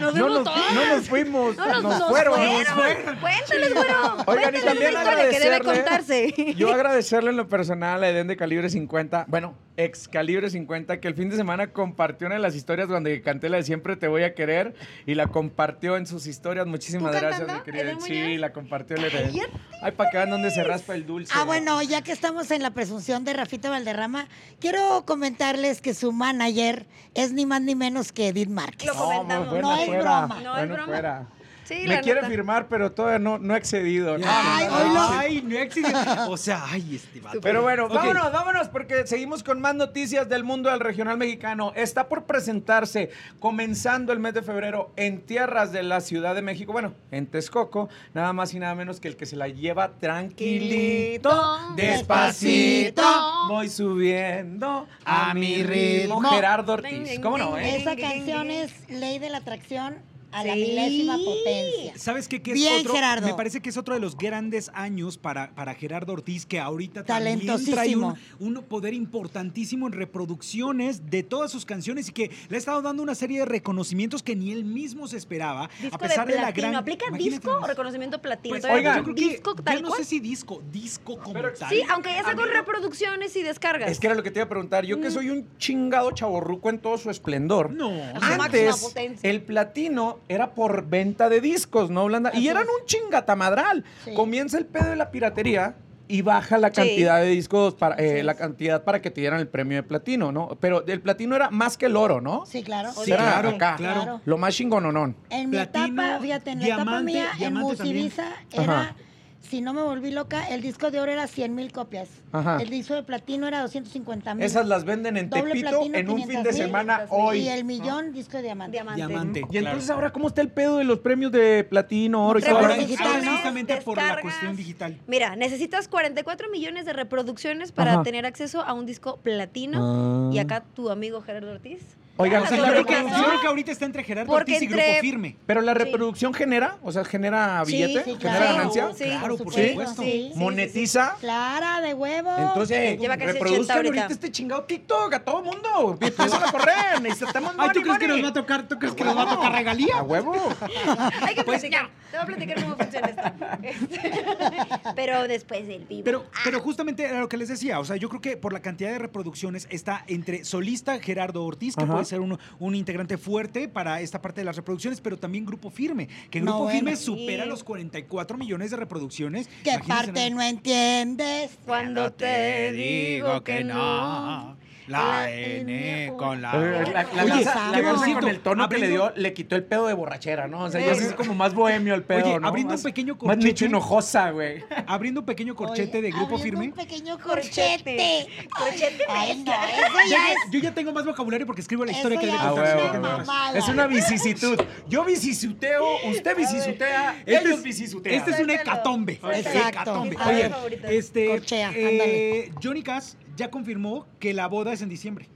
D: Nos
E: No
D: fuimos
E: nos,
D: todas.
E: no nos fuimos,
D: No, nos,
E: nos
D: nos
E: fueron.
D: fueron. Cuéntales, güero.
E: Oigan, y
D: Cuéntales
E: también
D: la historia que debe
E: agradecerle,
D: contarse.
E: yo agradecerle en lo personal a Eden de Calibre 50, bueno, ex Calibre 50, que el fin de semana compartió una de las historias donde canté la de Siempre Te Voy a Querer y la compartió en sus historias. Muchísimas
D: ¿Tú
E: gracias, mi
D: cantando,
E: querida
D: Eden
E: Eden. Sí,
D: Muñoz?
E: la compartió el Eden.
D: Cállate,
E: Ay, para que vean dónde se raspa el dulce.
A: Ah, bueno, ya que estamos en la presunción de Rafita Valderrama, quiero comentarles que su manager es ni más ni menos que Edith Márquez.
D: Lo comentamos.
E: bueno,
A: No es
E: fuera,
A: broma.
D: No es
E: bueno,
D: broma.
E: fuera.
D: Sí, la
E: Me quiere
D: neta.
E: firmar, pero todavía no, no he excedido. ¿no?
A: Ay,
E: No, no,
A: hoy
E: no,
A: lo-
C: Ay, no existe. O sea, ay, este vato.
E: Pero bueno,
C: Ok.
E: vámonos, vámonos, porque seguimos con más noticias del mundo del regional mexicano. Está por presentarse, comenzando el mes de febrero, en tierras de la Ciudad de México, bueno, en Texcoco, nada más y nada menos que el que se la lleva tranquilito,
D: Tranquilito,
E: despacito,
D: despacito.
E: voy subiendo
B: A mi ritmo.
E: Gerardo
D: Ding,
E: Ortiz,
D: ding,
E: ¿cómo no,
D: ding,
E: eh?
D: ding.
A: Esa canción es Ley de la Atracción a la
D: Sí.
A: milésima potencia.
C: ¿Sabes qué? Que es
A: Bien,
C: otro,
A: Gerardo.
C: Me parece que es otro de los grandes años para, para Gerardo Ortiz, que ahorita también
A: Talentosísimo.
C: trae un, un poder importantísimo en reproducciones de todas sus canciones y que le ha estado dando una serie de reconocimientos que ni él mismo se esperaba.
D: Disco
C: a pesar
D: de
C: de, la
D: platino.
C: gran.
D: ¿Aplica
C: Imagínate
D: disco
C: nomás.
D: o reconocimiento platino?
C: Pues,
D: Todavía
E: oigan,
D: no.
C: yo creo que-
D: disco
C: yo
D: tal
C: no
D: cual.
C: sé si disco, disco como
E: Pero-
C: tal.
D: Sí, aunque ya sacó
E: Amigo.
D: reproducciones y descargas.
E: Es que era lo que te iba a preguntar. Yo que
A: Mm.
E: soy un chingado chaborruco en todo su esplendor.
C: No.
D: su máxima
E: Antes,
D: potencia.
E: el platino era por venta de discos, ¿no, Blanda?
A: Así
E: Y eran
A: es.
E: un chingatamadral.
A: Sí.
E: Comienza el pedo de la piratería y baja la
D: Sí.
E: cantidad de discos, para, eh,
A: Así es.
E: la cantidad para que te dieran el premio de platino, ¿no? Pero el platino era más que el oro, ¿no?
A: Sí, claro.
E: Sí, claro, acá.
A: claro.
E: Lo más chingononón.
A: En mi
C: Platino,
A: etapa, fíjate, en la
C: diamante,
A: etapa mía, en
C: diamante también.
A: Musivisa,
E: Ajá.
A: era, si no me volví loca, el disco de oro era 100 mil copias.
E: Ajá.
A: El disco de platino era 250 mil.
E: Esas las venden en Tepito en un fin de
A: 500,000,
E: semana hoy.
A: Y el millón, disco de diamante.
D: Diamante.
C: Diamante.
E: Y entonces
C: Claro.
E: ahora, ¿cómo está el pedo de los premios de platino, oro y todo?
C: Ahora,
A: Reproducciones,
C: ahora es justamente por la
D: descargas.
C: cuestión digital.
D: Mira, necesitas 44 millones de reproducciones para
E: Ajá.
D: tener acceso a un disco platino.
E: Ah.
D: Y acá tu amigo Gerardo Ortiz.
E: Oigan,
C: O
D: Ah,
C: sea,
D: con
C: yo, creo que,
D: razón.
C: yo creo que ahorita está entre Gerardo
D: Porque
C: Ortiz y Grupo
D: entre-
C: Firme.
E: Pero la reproducción genera, o sea, genera
A: Sí,
E: billete,
A: sí,
E: genera
A: claro.
E: ganancia,
D: Sí,
C: claro,
A: por
C: por
A: supuesto.
C: supuesto.
A: Sí, sí,
E: monetiza.
A: Clara, de huevo.
E: Entonces,
D: Lleva casi 80
E: reproduzcan
D: ahorita.
E: ahorita este chingado TikTok a todo mundo. Empiezan a correr, necesitamos
C: Ay, ¿tú
E: money,
C: crees que
E: money.
C: nos va a tocar? ¿Tú crees que nos va a tocar regalía?
E: A huevo.
D: Hay que platicar. Te voy a platicar cómo funciona esto. Este, Pero después del vivo.
C: Pero,
A: Ah.
C: pero justamente era lo que les decía, o sea, yo creo que por la cantidad de reproducciones está entre solista Gerardo Ortiz, que
E: Ajá.
C: puede ser un, un integrante fuerte para esta parte de las reproducciones, pero también Grupo Firme, que
A: No,
C: Grupo
A: bueno.
C: Firme
D: Sí.
C: supera los 44 millones de reproducciones.
A: ¿Qué
C: Imagínense
A: parte
C: nada
A: no entiendes?
D: cuando te digo que no. la N con la
E: Eh, La, la
A: Oye,
E: lanza- la
A: qué
E: lanza
A: bonito.
E: con el tono que le
C: Abriendo-
E: dio, le quitó el pedo de borrachera, ¿no? O sea,
D: Sí.
E: ya es como más bohemio el pedo,
C: Oye,
E: ¿no?
C: abriendo un
E: Más-
C: pequeño
E: Más nicho
C: corchete.
E: enojosa, güey.
C: más. Abriendo un pequeño corchete
A: Oye,
C: de Grupo
A: abriendo
C: Firme.
A: un pequeño
D: Corchete.
A: corchete.
D: Corchete
A: Ay, no,
D: maestra.
A: eso
C: Ya-
A: ya es...
C: Yo ya tengo más vocabulario porque escribo la
A: Eso
C: historia que
A: ya
C: le
A: es
E: A
A: una
E: huevo, qué
A: mamada.
E: mamada. Es una vicisitud. Yo vicisuteo, usted vicisutea,
C: Este
E: ellos
C: es-
E: visisutean.
C: Este es un
D: Suéltalo.
C: hecatombe.
D: Suéltalo.
C: Hecatombe.
A: Exacto.
C: Oye,
D: Favorita.
C: este,
A: Corchea,
C: eh, Johnny Cass ya confirmó que la boda es en diciembre.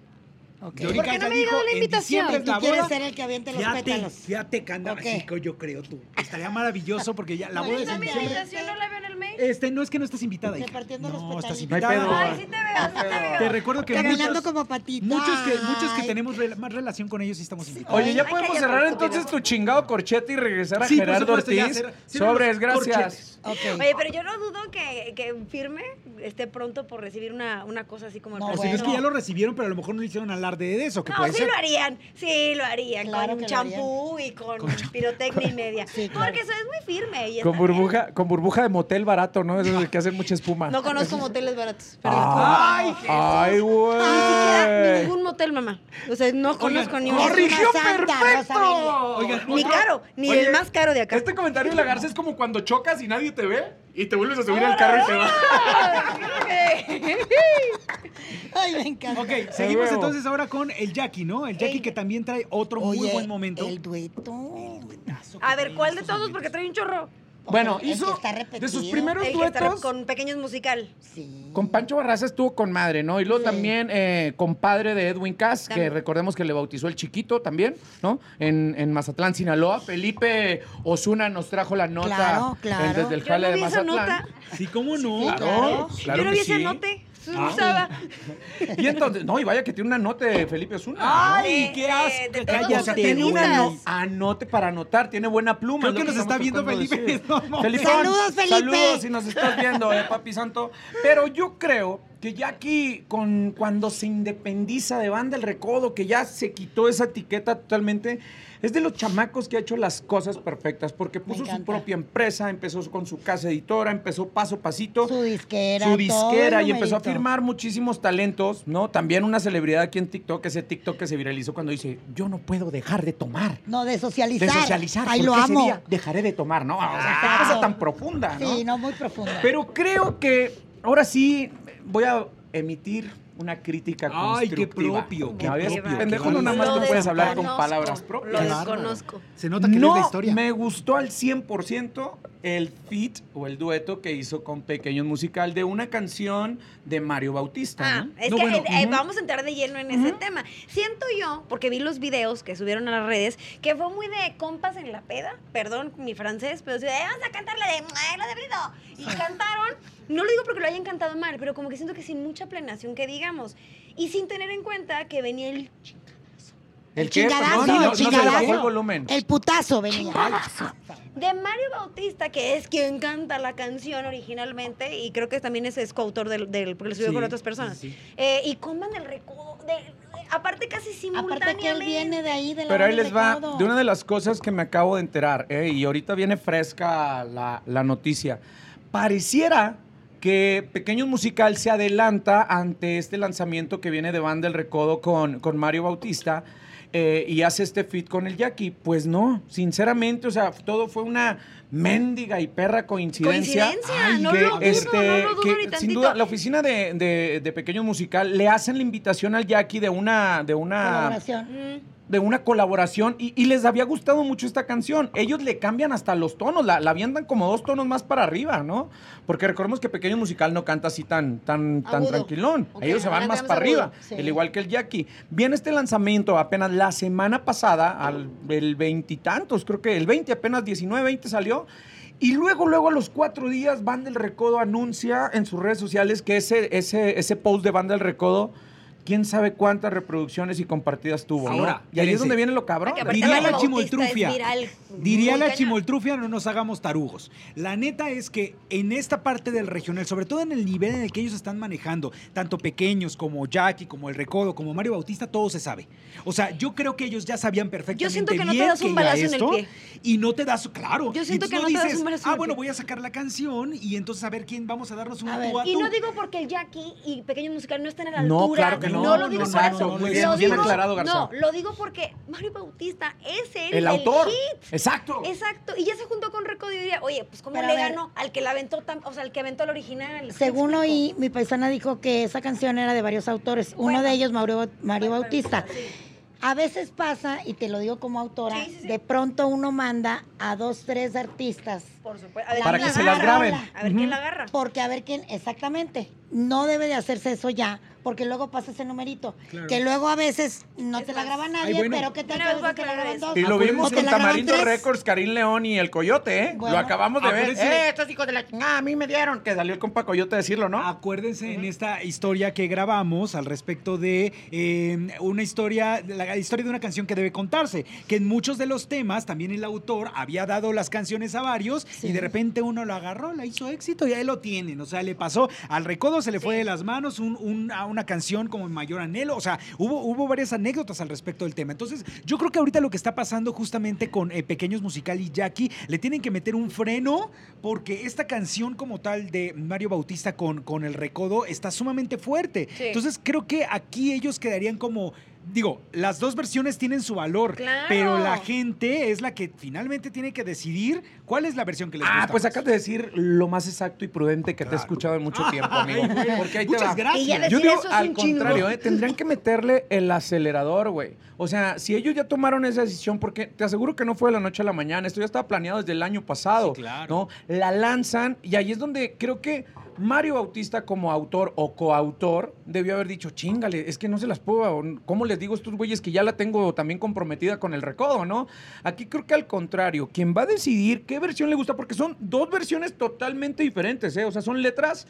A: Ok.
C: Johnny
D: ¿Por qué
C: Cass
D: no
C: ya
D: me ha llegado
C: dijo,
D: la
C: "En
D: invitación?
C: diciembre es
A: Tú
C: la
A: quieres
C: boda".
A: ser el que aviente los
C: Fíjate,
A: pétalos.
C: fíjate que andaba
A: Ok.
C: así, que yo creo tú. Estaría maravilloso porque ya la boda es
D: Maldita
C: en
D: mi
C: diciembre.
D: invitación, no la veo en el mail.
C: Este, no es que no estás invitada, hija.
A: Repartiendo los
C: No, estás
A: petalitos.
E: No hay
C: invitada.
E: pedo.
D: Ay, sí te veo, sí te veo.
C: Te recuerdo que
A: Caminando
C: muchos,
A: como patita.
C: muchos que muchos que
A: Ay.
C: tenemos rela- más relación con ellos sí estamos invitados.
E: Oye, ¿ya
D: Ay,
E: podemos
D: cállate,
E: cerrar
D: por
E: entonces tu
D: favor.
E: chingado corchete y regresar a
C: Sí, por
E: Gerardo
C: supuesto, ya,
E: Ortiz?
C: cierra- cierra
E: Sobres,
C: los
E: gracias.
C: corchetes.
A: Ok.
D: Oye, pero yo no dudo que, que firme esté pronto por recibir una, una cosa así como el
A: No,
C: O
D: premio.
C: si no es que ya
A: bueno.
C: lo recibieron, pero a lo mejor no le hicieron alarde de eso, que
D: No,
C: puede
D: sí
C: ser.
D: lo harían, sí lo harían,
A: Claro
D: con
A: que lo harían.
D: champú y con, pirotecnia y media.
A: Sí, claro.
D: Porque eso es muy firme. Y
E: Con
D: está
E: burbuja, con burbuja de motel barato, ¿no? Es el que hacen mucha espuma.
D: bien. No conozco moteles baratos.
E: Ah.
D: perdón.
E: ¡Ay! ¡Ay, güey!
D: Ni siquiera ningún motel, mamá. O sea, no
C: Oigan,
D: conozco ni uno.
E: ¡Corrigió
A: Una santa,
E: perfecto!
A: Rosa
C: Oigan,
D: Ni
C: otro-
D: caro, ni
E: Oye,
D: el más caro de acá.
E: Este comentario de la Garza es como cuando chocas y nadie te ve y te vuelves a subir al carro y te vas.
A: Ay, me encanta.
C: Ok, seguimos
E: huevo.
C: entonces ahora con el Jackie, ¿no? El Jackie que también trae otro muy
A: Oye,
C: buen momento.
A: El dueto.
D: A ver, ¿cuál de todos? Porque trae un chorro.
E: Bueno,
A: El que
E: hizo
A: está
E: de sus
A: repetido.
E: primeros
D: El que está
E: duetos.
D: con pequeños musical.
A: Sí.
E: Con Pancho Barraza estuvo con madre, ¿no? Y luego
A: Sí.
E: también eh, compadre de Edwin Cass, que
D: También.
E: recordemos que le bautizó el chiquito también, ¿no? En, en Mazatlán, Sinaloa. Felipe Osuna nos trajo la nota
A: Claro, claro.
E: eh, desde el
D: Yo
E: jale
D: no
E: de
D: vi esa
E: Mazatlán.
D: nota.
C: Sí, ¿cómo no?
A: Sí,
E: Claro,
A: Claro.
E: claro
D: Yo no
E: que
D: vi ese
E: sí. Ah.
D: note. Susana.
E: Y entonces, no, y vaya que tiene una nota de Felipe Osuna.
D: De-
B: ¡Ay,
D: de-
B: qué asco!
D: eh, de todos
E: Cállate,
D: los
B: O sea, tiene una
D: artistas.
B: no-
E: ano- anote para anotar, tiene buena
C: Creo
E: pluma. es lo
C: que nos
E: estamos
C: está viendo
E: tratando de
C: Felipe en
E: decir.
C: estos momentos.
E: Felipón,
A: Saludos, Felipe.
E: Saludos si nos estás viendo, eh, papi santo. Pero yo creo que ya aquí, con, cuando se independiza de Banda El Recodo, que ya se quitó esa etiqueta totalmente, es de los chamacos que ha hecho las cosas perfectas, porque puso su
A: encanta.
E: propia empresa, empezó con su casa editora, empezó paso a pasito
A: Su disquera.
E: su
A: todo
E: disquera
A: el
E: y empezó a
A: numerito.
E: firmar muchísimos talentos, ¿no? También una celebridad aquí en TikTok, ese TikTok que se viralizó cuando dice, yo no puedo dejar de tomar,
A: No, de
E: de
A: socializar.
E: socializar,
A: Ahí
E: porque
A: lo
E: ese
A: amo.
E: día dejaré de tomar, ¿no? O sea, qué
A: Exacto.
E: cosa tan profunda, ¿no?
A: Sí, no, muy profundo.
E: Pero creo que ahora sí voy a emitir una crítica
C: Ay, qué
E: constructiva.
C: propio,
E: Que
C: qué
E: a veces,
C: propio,
E: pendejo,
C: qué
E: no nada más
C: bárbaro.
E: no puedes hablar con
D: desconozco,
E: palabras propias.
D: Lo
B: Qué bárbaro.
D: desconozco.
B: Se nota que no, la historia.
E: Me gustó al 100% el feat o el dueto que hizo con Pequeños Musical de una canción de Mario Bautista.
D: Ah,
E: ¿no?
D: es
C: No,
D: que
C: bueno,
D: eh, eh,
E: ujú.
D: vamos a entrar de lleno en ese tema. Siento yo, porque vi los videos que subieron a las redes, que fue muy de compas en la peda, perdón mi francés, pero sí, "Eh, vamos a cantar la de "Ay, la de Brido. Y cantaron, no lo digo porque lo hayan cantado mal, pero como que siento que sin mucha planeación que digamos. Y sin tener en cuenta que venía el
A: El
E: qué?
A: chingadazo,
E: Perdón, no,
A: el
E: no se le bajó el
A: chingadazo.
E: volumen.
A: El putazo venía.
D: de Mario Bautista, que es quien canta la canción originalmente, y creo que también es, es coautor del, del- porque lo subió
E: Sí,
D: con otras personas.
E: sí, sí.
D: Eh, y coman el recodo, de- de- aparte casi simultáneamente.
A: Aparte que él viene de ahí, de la
E: Pero ahí
A: banda
E: les
A: del
E: va
A: recodo.
E: de una de las cosas que me acabo de enterar, ¿eh? y ahorita viene fresca la, la noticia. Pareciera que Pequeños Musical se adelanta ante este lanzamiento que viene de Banda El Recodo con, con Mario Bautista eh, y hace este fit con el Jackie. Pues no, sinceramente, o sea, todo fue una mendiga y perra coincidencia.
D: Coincidencia, no
E: que, este,
D: lo dudo, no lo dudo
E: que,
D: ni
E: Sin
D: tantito.
E: duda, la oficina de, de- de Pequeños Musical le hacen la invitación al Jackie de una... De una
A: Colaboración.
D: Mm.
E: de una colaboración y, y les había gustado mucho esta canción. Ellos le cambian hasta los tonos, la, la avientan como dos tonos más para arriba, ¿no? Porque recordemos que Pequeño Musical no canta así tan, tan, tan
D: Agudo.
E: tranquilón.
D: Ok,
E: Ellos se van
D: ahora
E: más
D: tenemos
E: para
D: agudo.
E: arriba,
A: Sí.
E: al igual que el Jackie. Viene este lanzamiento apenas la semana pasada, al, el veintitantos, creo que el 20, apenas 19, 20 salió. Y luego, luego a los cuatro días, Banda del Recodo anuncia en sus redes sociales que ese, ese, ese post de Banda del Recodo, quién sabe cuántas reproducciones y compartidas tuvo. ¿no?
C: Ahora,
E: y ahí es
C: fíjense.
E: donde viene lo cabrón.
D: Que aparte
C: Diría
D: Mario
C: la
D: Bautista es
C: chimoltrufia.
D: viral,
C: Diría
D: muy
C: la
D: cañón.
C: chimoltrufia, no nos hagamos tarugos. La neta es que en esta parte del regional, sobre todo en el nivel en el que ellos están manejando, tanto pequeños como Jackie, como El Recodo, como Mario Bautista, todo se sabe. O sea, yo creo que ellos ya sabían perfectamente
D: Yo siento que no te
C: bien
D: das un
C: iba
D: balazo en el
C: esto,
D: pie.
C: Y no te das, claro.
D: Yo siento
C: Y
D: que
C: tú
D: no te das
C: dices,
D: un balazo en
C: Ah,
D: el
C: bueno,
D: pie".
C: voy a sacar la canción y entonces a ver quién vamos a darnos un
A: A ver.
C: tú a
D: Y no
C: Ah, tú".
D: digo porque el Jackie y Pequeño Musical no estén a la
E: No,
D: altura.
E: claro que no,
D: lo digo
C: no,
D: por
C: exacto,
D: eso.
C: muy
E: bien,
D: Lo
E: bien
D: digo-
E: aclarado, Garzón.
D: No, lo digo porque Mario Bautista es él,
E: el autor.
D: hit.
E: Exacto.
D: Exacto. Y ya se juntó con Recodo y diría, oye, pues cómo
A: Pero a
D: le
A: ver.
D: ganó al que la aventó, tan- o sea, al que aventó el original. ¿Sí
A: Según
D: me explico?
A: oí, mi paisana dijo que esa canción era de varios autores. Uno
D: Bueno.
A: de ellos, Mario, Baut- Mario
D: Bueno,
A: Bautista.
D: sí.
A: A veces pasa, y te lo digo como autora,
D: Sí, sí, sí.
A: de pronto uno manda a dos, tres artistas.
D: Por supuesto. A ver
A: Para
D: quién
A: que
D: la
A: se las
D: agarra.
A: graben.
D: A ver quién la agarra.
A: Porque a ver quién, exactamente, no debe de hacerse eso ya, porque luego pasa ese numerito.
C: Claro.
A: Que luego a veces no
D: Es
A: te la
D: más.
A: graba nadie,
C: Ay, bueno.
A: pero que tal
D: Una
A: que a
D: vez voy a
A: veces te la
D: aclarar
A: graban
D: eso.
A: dos.
E: Y lo
A: o
E: vimos
A: te
E: con
A: la graban
E: Tamarindo
A: tres.
E: Records, Karim León y El Coyote, ¿eh?
A: Bueno.
E: lo acabamos de ver.
C: Acuérdense-
E: ¡Eh, estos hijos de la chingada! A mí me dieron. Ah, Que salió el compa Coyote a decirlo, ¿no?
C: Acuérdense en esta historia que grabamos al respecto de eh, una historia, de la historia de una canción que debe contarse, que en muchos de los temas también el autor había dado las canciones a varios y de repente uno lo agarró, la hizo éxito y ahí lo tienen, o sea, le pasó al recodo, se le fue de las manos un- un- a una canción como mayor anhelo, o sea, hubo, hubo varias anécdotas al respecto del tema. Entonces, yo creo que ahorita lo que está pasando justamente con eh, Pequeños Musical y Jackie, le tienen que meter un freno porque esta canción como tal de Mario Bautista con, con el recodo está sumamente fuerte.
D: Sí.
C: Entonces creo que aquí ellos quedarían como, digo, las dos versiones tienen su valor,
D: Claro.
C: pero la gente es la que finalmente tiene que decidir cuál es la versión que les
E: Ah,
C: gusta
E: pues
C: más.
E: acabas de decir lo más exacto y prudente que te he
C: Claro.
E: escuchado en mucho tiempo, amigo. Porque ahí te
C: Muchas
E: va.
C: gracias.
D: Y ya Decir
E: Yo digo,
D: eso es
E: al
D: un chingo.
E: contrario, ¿eh? tendrían que meterle el acelerador, güey. O sea, si ellos ya tomaron esa decisión, porque te aseguro que no fue de la noche a la mañana, esto ya estaba planeado desde el año pasado,
C: Sí, claro.
E: ¿no? La lanzan y ahí es donde creo que Mario Bautista como autor o coautor debió haber dicho, chingale, es que no se las puedo, ¿cómo les digo a estos güeyes que ya la tengo también comprometida con el recodo, ¿no? Aquí creo que al contrario, quien va a decidir qué versión le gusta, porque son dos versiones totalmente diferentes, ¿eh? O sea, son letras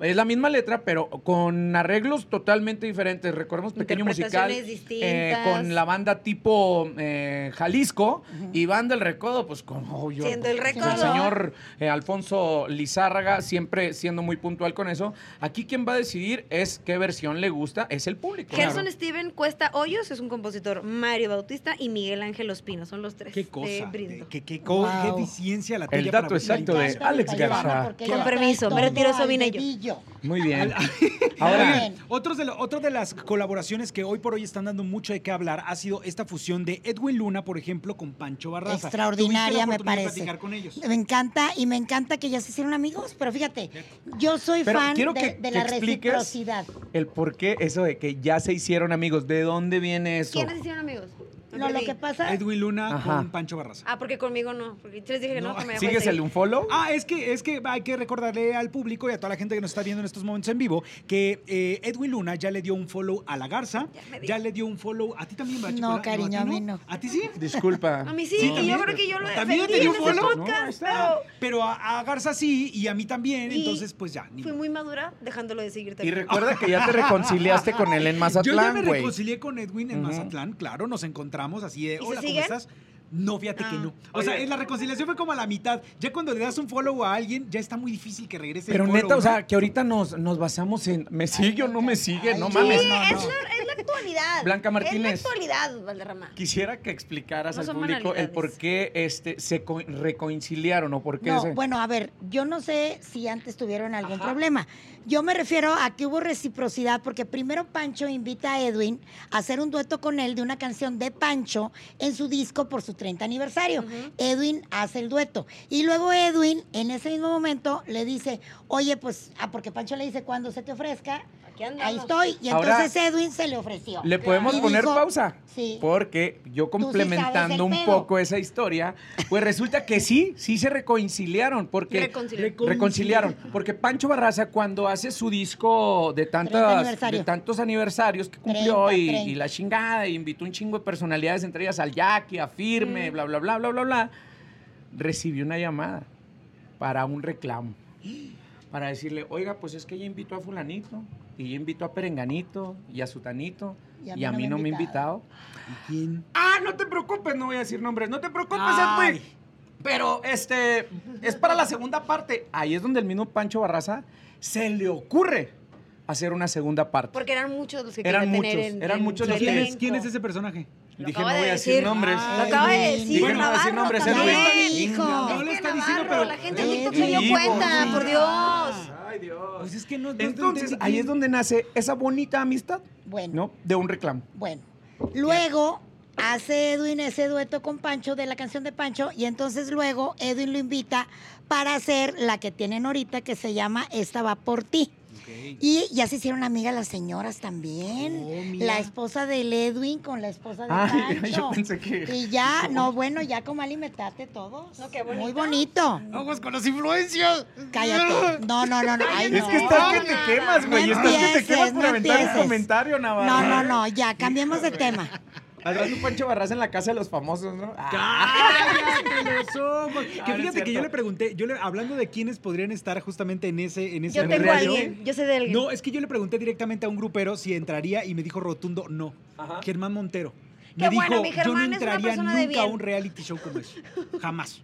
E: Es la misma letra, pero con arreglos totalmente diferentes. Recordemos Pequeño Musical
D: Interpretaciones
E: eh,
D: distintas.
E: con la banda tipo eh, Jalisco y Banda El Recodo, pues como yo.
D: Siendo El
E: pues,
D: Recodo.
E: señor eh, Alfonso Lizárraga, siempre siendo muy puntual con eso. Aquí quien va a decidir es qué versión le gusta, es el público.
D: Gerson Steven Cuesta Hoyos es un compositor, Mario Bautista y Miguel Ángel Ospino son los tres.
C: Qué
A: Este,
D: de
C: cosa.
D: Brindo.
C: Qué, qué, co- qué
A: Wow.
C: eficiencia la tuya.
E: El
C: para
E: dato
C: buscar
E: exacto de
C: información.
E: Alex Garza.
D: Con permiso, me retiro, Sobinello.
E: Muy bien.
A: Ahora-
C: Oigan, otros de lo- otra de las colaboraciones que hoy por hoy están dando mucho de qué hablar ha sido esta fusión de Edwin Luna, por ejemplo, con Pancho Barraza.
A: Extraordinaria,
C: Tuviste la
A: me
C: oportunidad de
A: parece.
C: platicar con ellos.
A: Me encanta y me encanta que ya se hicieron amigos, pero fíjate, yo soy
E: Pero
A: fan
E: quiero
A: de,
E: que-
A: de
E: que
A: la
E: expliques-
A: reciprocidad.
E: El por qué eso de que ya se hicieron amigos, ¿de dónde viene eso?
D: ¿Quiénes hicieron amigos? Me
A: No, lo
D: perdí.
A: que pasa
C: Edwin Luna
E: Ajá.
C: con Pancho Barraza.
D: Ah, porque conmigo no, porque yo les dije que no,
C: No,
D: que me este
E: ¿Sigues
D: aguante.
E: el unfollow?
C: Ah, es que, es que hay que recordarle al público y a toda la gente que nos está viendo en estos momentos en vivo que eh, Edwin Luna ya le dio un follow a la Garza,
D: Ya
C: ya,
D: me dio.
C: le dio un follow a ti también, ¿verdad,
A: No,
C: Chocolate?
A: cariño,
C: ¿a
A: a
C: ti
A: mí
C: no?
A: no.
C: ¿A ti sí?
E: Disculpa.
D: A mí sí,
C: Sí,
D: y
C: también.
D: yo creo que yo lo
C: ¿También
D: defendí
C: te dio
D: en Pues, ese
C: follow?
E: No, ahí
D: podcast,
E: está.
D: pero
C: Pero a, a Garza sí y a mí también,
D: Y
C: entonces pues ya. ni
D: fui
C: modo.
D: muy madura dejándolo de seguir
E: Y
D: también.
E: recuerda que ya te reconciliaste con él en
C: Yo ya me
E: Mazatlán, güey.
C: reconcilié con Edwin en
E: Ujú.
C: Mazatlán, claro, nos encontramos así de,
D: se
C: hola, ¿cómo
D: siguen?
C: estás? No, fíjate que
D: Ah.
C: no. O sea,
E: Oye.
C: la reconciliación fue como a la mitad. Ya cuando le das un follow a alguien, ya está muy difícil que regrese. el
E: Pero
C: follow,
E: neta, o
C: ¿no?
E: sea, que ahorita nos, nos basamos en ¿me sigue o no me sigue? No
A: Ay,
E: mames.
A: sí,
D: Es la, es la actualidad.
E: Blanca
D: Es la
E: Martínez.
D: actualidad, Valderrama.
E: Quisiera que explicaras
D: No
E: al
D: son
E: público el
D: banalidades.
E: por qué este, se co- reconciliaron o por qué
A: No,
E: se...
A: bueno, a ver, yo no sé si antes tuvieron algún problema. Yo me refiero a que hubo reciprocidad porque primero Pancho invita a Edwin a hacer un dueto con él de una canción de Pancho en su disco por su 30 aniversario.
D: Ujú.
A: Edwin hace el dueto y luego Edwin en ese mismo momento le dice, "Oye, pues, ah, porque Pancho le dice cuando se te ofrezca,
D: Aquí andamos.
A: ahí estoy." Y
E: Ahora-
A: entonces Edwin se le ofreció.
E: ¿Le podemos
A: Y
E: poner
A: dijo-
E: pausa?
A: Sí.
E: Porque yo
A: sabes
E: complementando
A: el
E: un
A: pedo.
E: poco esa historia, pues resulta que sí, sí se reconciliaron. Porque
D: Reconciliaron.
E: reconciliaron. Porque Pancho Barraza, cuando hace su disco de,
A: Treinta
E: tantas,
A: aniversario.
E: de tantos aniversarios que cumplió
A: Treinta,
E: y,
A: treinta.
E: y la chingada, y invitó un chingo de personalidades, entre ellas al Jackie, a
A: Mm.
E: Firme, bla, bla, bla, bla, bla, bla, recibió una llamada para un reclamo para decirle, oiga, pues es que ya invitó a fulanito, y ya invitó a perenganito, y a sutanito, y a mí, no, me ha invitado.
C: ¿Quién?
E: Ah, no te preocupes, no voy a decir nombres, no te preocupes,
C: Ay.
E: Edwin. Pero, este, es para la segunda parte. Ahí es donde el mismo Pancho Barraza se le ocurre hacer una segunda parte.
D: Porque eran muchos los que
E: Eran
D: querían tener
E: muchos,
D: en
E: eran
D: en
E: muchos
D: su
E: los que-
C: ¿Quién es,
D: elenco.
C: quién es ese personaje?
D: Lo
E: Dije,
D: acaba
E: no
D: de
E: voy a decir
D: decir.
E: nombres.
D: Lo acaba de
A: Ay,
D: decir
E: Dije, no voy a decir
D: Navarro
E: nombres,
D: también.
E: Edwin.
A: hijo.
C: No lo
D: Es que
C: está diciendo,
D: Navarro,
C: pero...
D: la gente en
A: Edwin,
D: TikTok se dio
A: Edwin.
D: cuenta, por Dios.
E: Ay, Dios.
C: Pues es que no... no-
E: Entonces,
C: no-
E: ahí es donde nace esa bonita amistad,
A: Bueno.
E: ¿no? De un reclamo.
A: Bueno, luego hace Edwin ese dueto con Pancho de la canción de Pancho y entonces luego Edwin lo invita para hacer la que tienen ahorita que se llama Esta va por ti.
C: Ok.
A: Y ya se hicieron amigas las señoras también.
C: Oh, mira.
A: la esposa del Edwin con la esposa de
E: Ay,
A: Pancho.
E: yo pensé que...
A: Y ya, no, bueno, ya como alimentate todos.
D: No, qué
A: Muy
D: bonito.
A: bonito.
B: Aguas con las influencias.
A: Cállate. No, no, no, no. ay,
E: Es que
A: no.
E: estás que
D: no,
E: te
D: nada.
E: quemas, güey.
A: No
E: estás que te
A: empieces,
E: quemas por
A: no
E: aventar un
A: empieces.
E: comentario, Navarro.
A: No, no, no, ya, cambiemos de tema.
E: Al rato Pancho Barraza en la casa de los famosos, ¿no? Ah,
C: ¡Cállate los ojos!
E: Ah,
C: Que
E: no es
C: fíjate que
E: cierto.
C: yo le pregunté, yo le, hablando de quiénes podrían estar justamente en ese, en ese
D: Yo tengo a
C: rollo,
D: alguien, yo sé de alguien.
C: No, es que yo le pregunté directamente a un grupero si entraría y me dijo rotundo no.
E: Ajá.
C: Germán Montero.
D: Qué
C: Me dijo,
D: bueno, mi
C: yo no
D: Germán es una
C: entraría
D: persona de
C: nunca a
D: bien".
C: un reality show como eso. Jamás.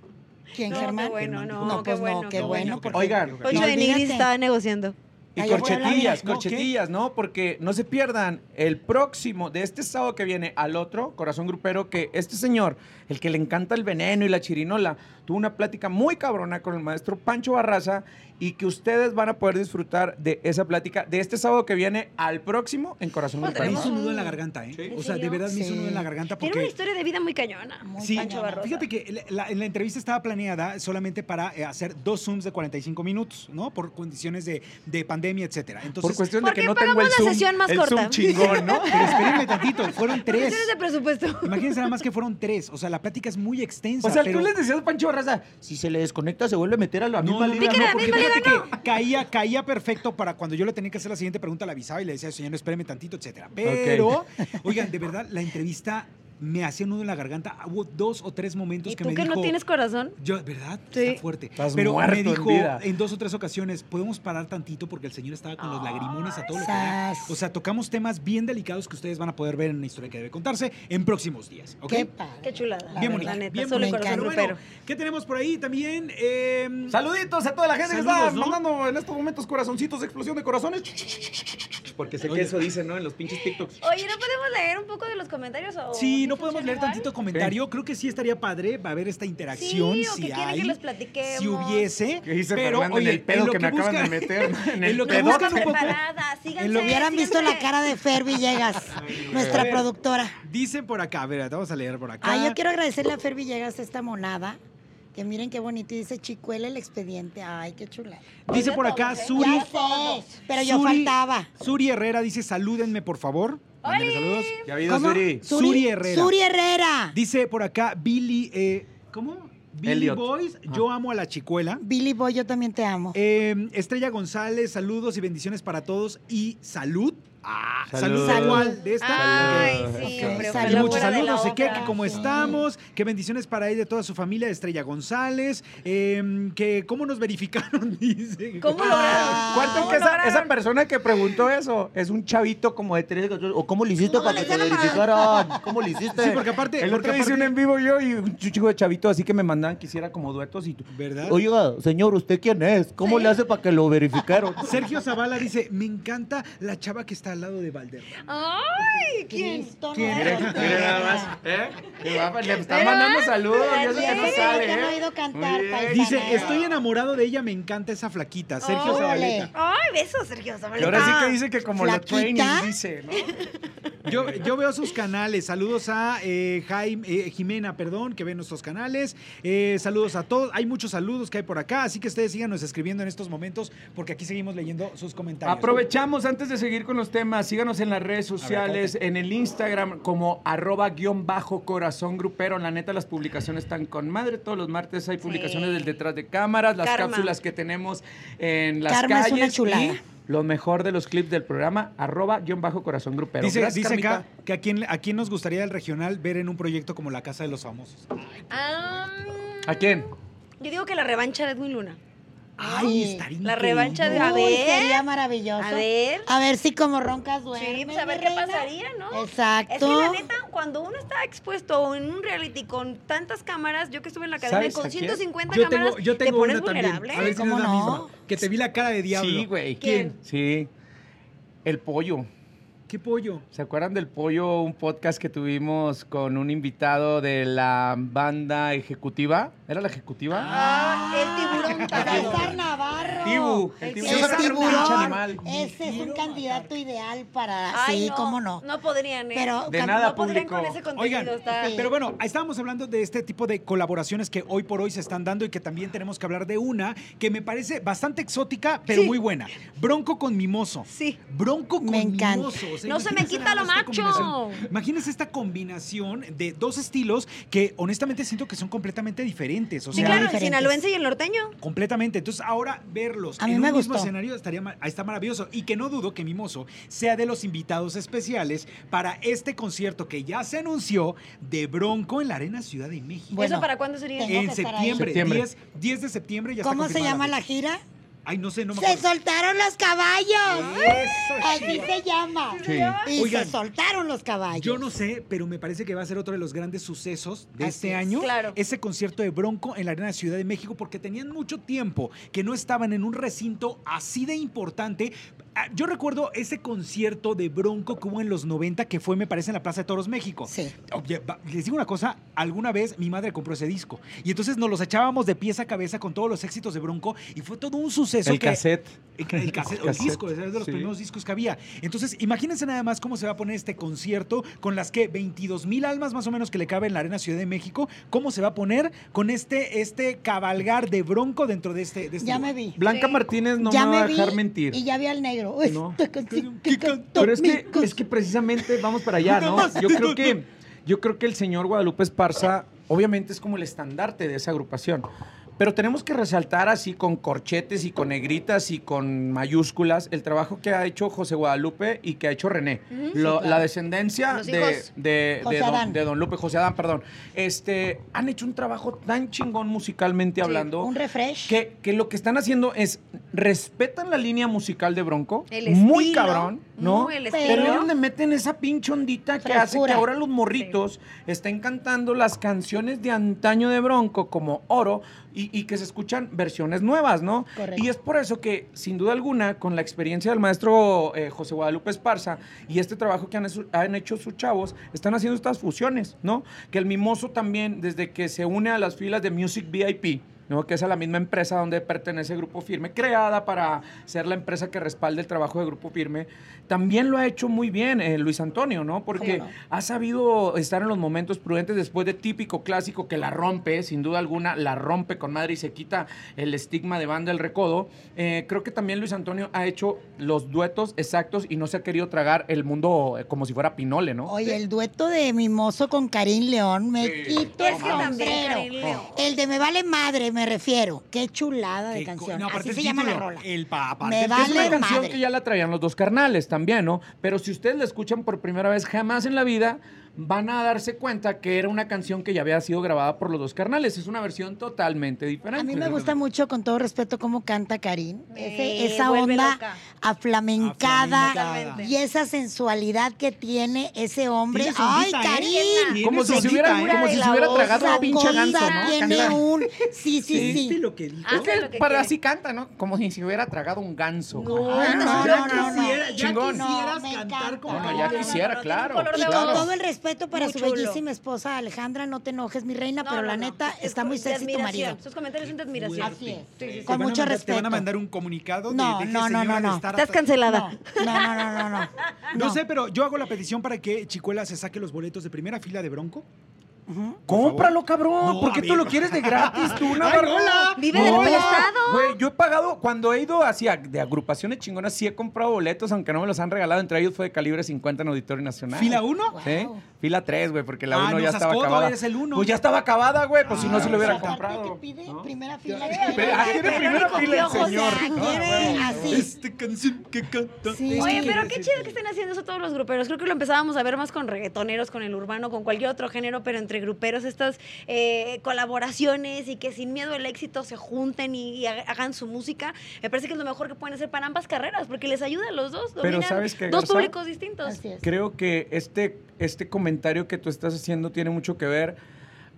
A: ¿Quién,
D: No, qué
A: Germán?
D: bueno, no,
A: no,
D: qué
A: pues
D: bueno,
A: no,
D: qué
A: qué bueno.
D: bueno.
A: porque-
E: Oigan,
A: No,
D: Ocho de Nigris
A: olvídate.
D: estaba negociando.
E: y
A: Ay,
E: corchetillas,
C: no, ¿qué?
E: corchetillas, ¿no? Porque no se pierdan el próximo, de este sábado que viene al otro, Corazón Grupero, que este señor, el que le encanta el veneno y la chirinola, tuvo una plática muy cabrona con el maestro Pancho Barraza y que ustedes van a poder disfrutar de esa plática de este sábado que viene al próximo en Corazón
D: Pues,
C: Me
E: Grupero.
C: hizo un
D: Tenemos
C: nudo en la
D: un-
C: garganta, ¿eh?
E: Sí.
C: O sea, de
D: ¿En
C: verdad me hizo
A: serio?
C: un nudo en la garganta
D: Tiene una
C: porque...
D: historia de vida muy cañona.
A: Muy
C: Sí,
D: Pancho Barrosa.
C: fíjate que la- la- en la entrevista estaba planeada solamente para eh, hacer dos Zooms de 45 minutos, ¿no? Por condiciones de, de pandemia, etcétera.
E: Por
C: Entonces,
E: cuestión de
D: ¿Por
E: que
D: qué
E: no tengo el
D: pagamos la
E: Zoom,
D: sesión más
E: el
D: corta?
E: Zoom chingón, ¿no?
C: pero espérenme tantito, fueron tres.
D: Cuestiones de presupuesto.
C: Imagínense nada más que fueron tres. O sea, la plática es muy extensa.
E: O sea,
C: pero-
E: tú les decías a Pancho Barraza, si se le desconecta se vuelve a meter a la misma liga.
D: Pica la
C: porque
D: misma liga,
C: fíjate que caía, caía perfecto para cuando yo le tenía que hacer la siguiente pregunta, la avisaba y le decía, señor, espéreme tantito, etcétera. Pero, oigan, de verdad, la entrevista me hacía un nudo en la garganta. Hubo dos o tres momentos
D: ¿Y
C: que
D: tú
C: me
D: que
C: dijo...
D: no tienes corazón?
C: Yo, ¿verdad?
D: Sí.
C: Está fuerte.
E: Estás
C: Pero
E: muerto
C: me
E: en
C: dijo en,
E: vida.
C: dos o tres ocasiones, podemos parar tantito porque el señor estaba con los lagrimones a todo lo que da.
A: Sas.
C: O sea, tocamos temas bien delicados que ustedes van a poder ver en una historia que debe contarse en próximos días. ¿ok?
A: Qué padre.
D: Qué chulada.
A: La verdad,
C: bien bonito.
D: La neta,
C: bien
D: solo el
C: bonito.
D: corazón
C: Pero bueno,
D: grupero.
C: ¿Qué tenemos por ahí también? Eh,
B: Saluditos a toda la gente que
C: Saludos,
B: está
C: ¿no?
B: mandando en estos momentos corazoncitos de explosión de corazones.
E: Porque sé
C: Oye.
E: que eso dicen, ¿no? En los pinches TikToks.
D: Oye, ¿no podemos leer un poco de los comentarios? O
C: Sí,
D: dice
C: no podemos leer
D: Chantal?
C: tantito comentario. Creo que sí estaría padre va a haber esta interacción.
D: Sí, o
C: si
D: que quieren
C: hay,
D: que los platiquemos.
C: Si hubiese.
E: ¿Qué dice
C: pero,
E: Fernanda
C: oye,
E: en el pedo
C: en lo
E: que, me
C: buscan-
E: acaban de meter? En el
C: lo que
E: pedo.
C: buscan un poco.
D: preparada, síganse.
C: En lo-
A: Eh, Hubieran visto la cara de Fer Villegas, nuestra
C: Fer.
A: productora.
C: Dicen por acá, a ver, vamos a leer por acá.
A: Ah, yo quiero agradecerle a Fer Villegas esta monada. Que miren qué bonito. Y dice Chicuela el expediente. Ay, qué chula.
C: Dice por acá, Suri.
A: Ya sé, pero yo
C: Suri-
A: faltaba.
C: Suri Herrera dice, salúdenme, por favor. Mándale saludos.
E: Ya ha habido,
A: ¿Cómo?
E: Siri.
C: Suri Herrera.
A: Suri Herrera.
C: Dice por acá, Billy, eh, ¿cómo? Billy
E: Elliot. Ah.
C: Boys, yo amo a la chicuela.
A: Billy Boy, yo también te amo.
C: Eh, Estrella González, saludos y bendiciones para todos. Y salud. Ah, salud.
E: Salud.
C: igual de esta.
D: Ay,
E: Salud.
D: sí,
E: Ok.
D: hombre.
A: Y
D: ojalá
C: Y
A: la
C: muchos
D: fuera de
C: saludos,
D: la
C: no sé qué,
D: otra.
C: que cómo estamos, que bendiciones para ella y toda su familia, Estrella González, eh, que cómo nos verificaron, dice.
D: ¿Cómo
A: Ah.
D: lograron?
E: Cuenten
D: ¿Cómo
E: que esa,
D: lograron?
E: esa persona que preguntó eso es un chavito como de 13, 14, o cómo le hiciste
A: ¿Cómo
E: para
A: le
E: que te
A: hicieron?
E: verificaran, cómo le hiciste.
C: Sí, porque aparte-
E: el
C: porque
E: otro día hice un
C: aparte-
E: en vivo yo y un chico de chavito así que me mandaban que hiciera como duetos y tú-
C: ¿Verdad?
E: Oiga, señor, ¿usted quién es? ¿Cómo le hace para que lo verificaron?
C: Sergio Zavala dice, me encanta la chava que está al lado de Valderrama.
D: Ay, ¿quién?
A: Cristo
C: ¿Quién?
A: no
C: Mire,
A: era
C: mire
A: Herrera.
E: ¿eh? Qué guapa, le está
D: Pero,
E: mandando saludos, ya sé que
A: Bien,
E: no sale,
A: que no ha
E: ¿eh?
A: ido a cantar,
E: Muy bien.
A: paisana.
C: Dice, estoy enamorado de ella, me encanta esa flaquita, Sergio
D: Ole.
C: Zabaleta.
D: Ay, besos, Sergio
E: Y ahora sí
D: Zabaleta.
E: que dice que como los
A: ¿Flaquita?
E: trainings dice, ¿no?
C: Yo, yo veo sus canales. Saludos a eh, Jaime, eh, Jimena, perdón, que ve nuestros canales. Eh, saludos a todos. Hay muchos saludos que hay por acá, así que ustedes síganos escribiendo en estos momentos porque aquí seguimos leyendo sus comentarios.
E: Aprovechamos antes de seguir con los temas, síganos en las redes sociales, en el Instagram como arroba guión bajo corazón grupero. La neta, las publicaciones están con madre. Todos los martes hay publicaciones del detrás de cámaras, las
D: Karma.
E: cápsulas que tenemos en las
A: Karma es
E: calles.
A: una chulada.
E: Y lo mejor de los clips del programa, arroba guión bajo corazón grupero.
C: dice
E: Gracias,
C: dice acá
E: Carmita.
C: que a quién, a quién nos gustaría del regional ver en un proyecto como La Casa de los Famosos.
D: Ah,
E: ¿A quién?
D: Yo digo que la revancha de Edwin Luna.
A: Ay,
C: estaría
D: la
C: increíble.
D: revancha de- A
A: Uy,
D: ver.
A: sería maravilloso.
D: A ver.
A: A ver si como roncas duermes.
D: Sí, pues a ver
A: mi
D: qué
A: reina.
D: pasaría, ¿no?
A: Exacto.
D: Es que la neta, cuando uno está expuesto en un reality con tantas cámaras, yo que estuve en la academia
E: ¿Sabes a
D: con
E: quién?
D: 150
C: Yo
D: cámaras,
C: tengo, yo
D: te
C: tengo
D: pones
C: una también.
D: vulnerable.
C: A ver si no
A: ¿Cómo
C: es la
A: no?
C: misma. Que te vi la cara de diablo.
E: Sí, güey.
D: ¿Quién?
E: Sí. El pollo.
C: ¿Qué pollo?
E: ¿Se acuerdan del pollo? Un podcast que tuvimos con un invitado de la banda ejecutiva. ¿Era la ejecutiva?
D: Ah, el tiburón tarado.
A: César Navarro.
E: Tibu, el tiburón.
A: Ese
E: César era un
A: tiburón,
E: pinche animal.
A: Ese es un candidato ideal para.
D: Ay,
A: sí, cómo no.
D: No podrían, ¿eh?
A: Pero
E: De
A: can-
E: nada
D: no podrían con
E: público. este,
D: ese contenido.
C: Oigan,
D: está-
A: Sí.
C: pero bueno, estábamos hablando de este tipo de colaboraciones que hoy por hoy se están dando y que también tenemos que hablar de una que me parece bastante exótica, pero muy buena. Bronco con mimoso.
D: Sí.
C: Bronco con
A: Me encanta.
C: mimoso. O sea,
D: No se me
C: imagínense
D: quita
C: nada
D: lo
C: más esta
D: macho.
C: combinación. Imagínense esta combinación de dos estilos que honestamente siento que son completamente diferentes. O
D: Sí,
C: sea,
D: claro, el
A: diferentes.
D: sinaloense y el norteño.
C: Completamente. Entonces, ahora verlos
A: A
C: en
A: mí
C: un
A: me
C: mismo
A: gustó.
C: escenario estaría ma- está maravilloso. Y que no dudo que Mimoso sea de los invitados especiales para este concierto que ya se anunció de Bronco en la Arena Ciudad de México.
A: Bueno,
D: ¿Eso para cuándo sería?
A: tengo
C: en
A: que estar ahí.
C: septiembre,
E: Septiembre.
C: 10, 10 de septiembre ya está
A: ¿Cómo se
C: confirmada
A: llama la
E: pues.
C: fecha.
A: gira?
C: Ay, no sé, no me
A: ¡Se
C: acuerdo.
A: soltaron los caballos!
C: Eso,
A: Así
C: chica.
A: se llama.
E: Sí.
A: Y
C: Oigan,
A: se soltaron los caballos.
C: Yo no sé, pero me parece que va a ser otro de los grandes sucesos de
A: Así
C: este
A: es,
C: año.
D: claro.
C: Ese concierto de Bronco en la Arena de Ciudad de México, porque tenían mucho tiempo que no estaban en un recinto así de importante. Ah, Yo recuerdo ese concierto de Bronco que hubo en los 90, que fue, me parece, en la Plaza de Toros México.
A: Sí.
C: Oye, va- Les digo una cosa, alguna vez mi madre compró ese disco y entonces nos los echábamos de pieza a cabeza con todos los éxitos de Bronco y fue todo un suceso.
E: El
C: que-
E: cassette.
C: el, ca- el cassette, o el
E: Cassette,
C: disco, es de los
E: sí.
C: primeros discos que había. Entonces, imagínense nada más cómo se va a poner este concierto con las que 22 mil almas más o menos que le cabe en la Arena Ciudad de México, cómo se va a poner con este, este cabalgar de bronco dentro de este. de este
A: Ya me
C: lugar.
A: vi.
E: Blanca Martínez no
A: ya
E: me va a
A: vi
E: dejar mentir.
A: Y ya pues, vi al negro.
E: No.
A: Estoy con-
E: Pero es que, es que precisamente vamos para allá, ¿no? Yo creo que, yo creo que el señor Guadalupe Esparza, obviamente, es como el estandarte de esa agrupación. Pero tenemos que resaltar así con corchetes y con negritas y con mayúsculas el trabajo que ha hecho José Guadalupe y que ha hecho René. Lo- La descendencia
D: Los
E: de,
D: hijos.
E: de-
A: José
E: de don,
A: Adán.
E: de don Lupe, José Adán, perdón. Este, han hecho un trabajo tan chingón musicalmente hablando
A: Un refresh.
E: que, que lo que están haciendo es respetan la línea musical de Bronco,
D: El
E: muy
D: estilo,
E: cabrón, ¿no?
D: muy el
E: pero
A: estilo.
E: ellos le meten esa pinche ondita que hace que
A: Frescura.
E: ahora los morritos estén cantando las canciones de antaño de Bronco como Oro y, y que se escuchan versiones nuevas, ¿no?
A: Correcto.
E: Y es por eso que, sin duda alguna, con la experiencia del maestro eh, José Guadalupe Esparza y este trabajo que han, hecho- han hecho sus chavos, están haciendo estas fusiones, ¿no? Que el Mimoso también, desde que se une a las filas de Music VIP, ¿no? que es a la misma empresa donde pertenece Grupo Firme, creada para ser la empresa que respalde el trabajo de Grupo Firme, también lo ha hecho muy bien eh, Luis Antonio, ¿no? Porque
A: Claro.
E: ha sabido estar en los momentos prudentes después de típico clásico que la rompe, sin duda alguna, la rompe con madre y se quita el estigma de banda del recodo. Eh, creo que también Luis Antonio ha hecho los duetos exactos y no se ha querido tragar el mundo eh, como si fuera pinole, ¿no?
A: Oye, el dueto de Mimoso con Karim León, me
E: Sí.
A: quito el
D: Es que también,
A: sombrero.
D: Karim León.
A: El de Me Vale Madre, me refiero. Qué chulada de
C: Qué Eh, co-
A: canción.
C: no, aparte
A: Así se
C: el
A: llama la
C: título,
A: rola.
C: El papá.
A: Me
E: Es una
A: Vale
E: canción
A: madre.
E: que ya la traían los dos carnales también, ¿no? Pero si ustedes la escuchan por primera vez jamás en la vida, van a darse cuenta que era una canción que ya había sido grabada por los dos carnales. Es una versión totalmente diferente.
A: A mí me gusta mucho, con todo respeto, cómo canta Karim. Ese-
D: Me
A: esa
D: vuelve
A: onda
D: loca.
A: aflamencada
C: Aflamencada.
A: y esa sensualidad que tiene ese hombre.
C: Tiene su
A: ¡Ay,
C: ondita, ¿eh?
A: Karim!
C: Tiene
E: Como
C: su
E: si se hubiera,
C: ondita, ¿eh?
E: como si
D: de
E: se hubiera
D: la
E: tragado
A: Esa
E: un pinche ganso,
A: cosa
E: ¿no?
A: tiene
E: Canta.
A: un... Sí, sí, sí.
C: ¿Viste lo que dijo?
D: Ah, Hace
E: Es
D: lo
E: que
D: que
E: para
D: quiere.
E: así canta, ¿no? Como si se hubiera tragado un ganso.
A: Ay, no, no, no,
C: ya
A: no.
C: quisiera- ya
E: Chingón.
C: quisieras
A: No, me
C: cantar como
A: encanta.
E: Bueno, ya
D: No, no,
E: quisiera,
D: no, no, tiene
E: claro.
D: un color de
A: Y
E: claro.
A: con
D: ojos.
A: todo el respeto para
D: Muy
A: su
D: chulo.
A: bellísima esposa Alejandra, no te enojes, mi reina,
D: No,
A: pero
D: no,
A: la
D: no.
A: neta
D: Es
A: está
D: co-
A: muy
D: de
A: sexy tu marido.
D: admiración. Sus comentarios son de admiración.
A: Así es.
D: Sí, sí, sí.
C: Te
A: Con
C: van a
A: mucho
C: mandar- Te van a
A: respeto.
C: mandar un comunicado. de
A: No,
C: deje,
A: no, no,
C: señora,
A: no,
C: de
A: no.
C: estar
D: Estás
C: hasta-
A: No,
D: cancelada.
A: no, no, no, no, no.
C: No
A: No.
C: sé, pero yo hago la petición para que Chicuela se saque los boletos de primera fila de Bronco.
A: Ujú.
E: Cómpralo, cabrón.
C: No,
E: ¿Por qué
C: a
E: tú
C: ver.
E: lo quieres de gratis? Tú, una
C: Ay,
E: barbola.
C: hola.
D: Vive del prestado.
E: Güey, yo he pagado, cuando he ido hacia de agrupaciones chingonas, sí he comprado boletos, aunque no me los han regalado. Entre ellos fue de calibre 50 en Auditorio Nacional.
C: ¿Fila 1?
E: ¿Sí?
A: Wow.
E: Fila 3, güey, porque la
C: Ah,
E: 1
C: no
E: ya
C: seas
E: estaba
C: codo,
E: acabada.
C: eres el uno.
E: Pues ya estaba acabada, güey, pues si no
C: Ah,
E: se lo hubiera
A: Aparte
E: comprado.
A: que pide
E: ¿no?
A: primera fila.
E: Pero, ah, tiene primera
D: con
E: fila el
D: piojos,
E: señor. Ah,
D: ya.
E: ¿no?
A: Quiere así.
C: Este canción que canta.
A: Sí.
D: Oye,
A: Sí,
D: pero qué chido que estén haciendo eso todos los gruperos. Creo que lo empezábamos a ver más con reggaetoneros, con el urbano, con cualquier otro género, pero entre gruperos estas eh, colaboraciones y que sin miedo al éxito se junten y, y ha- hagan su música. Me parece que es lo mejor que pueden hacer para ambas carreras, porque les ayuda a los dos.
E: Pero
D: dominan
E: ¿sabes qué,
D: Dos
E: Garza?
D: públicos distintos.
A: Así es.
E: Creo que este, este comentario que tú estás haciendo tiene mucho que ver.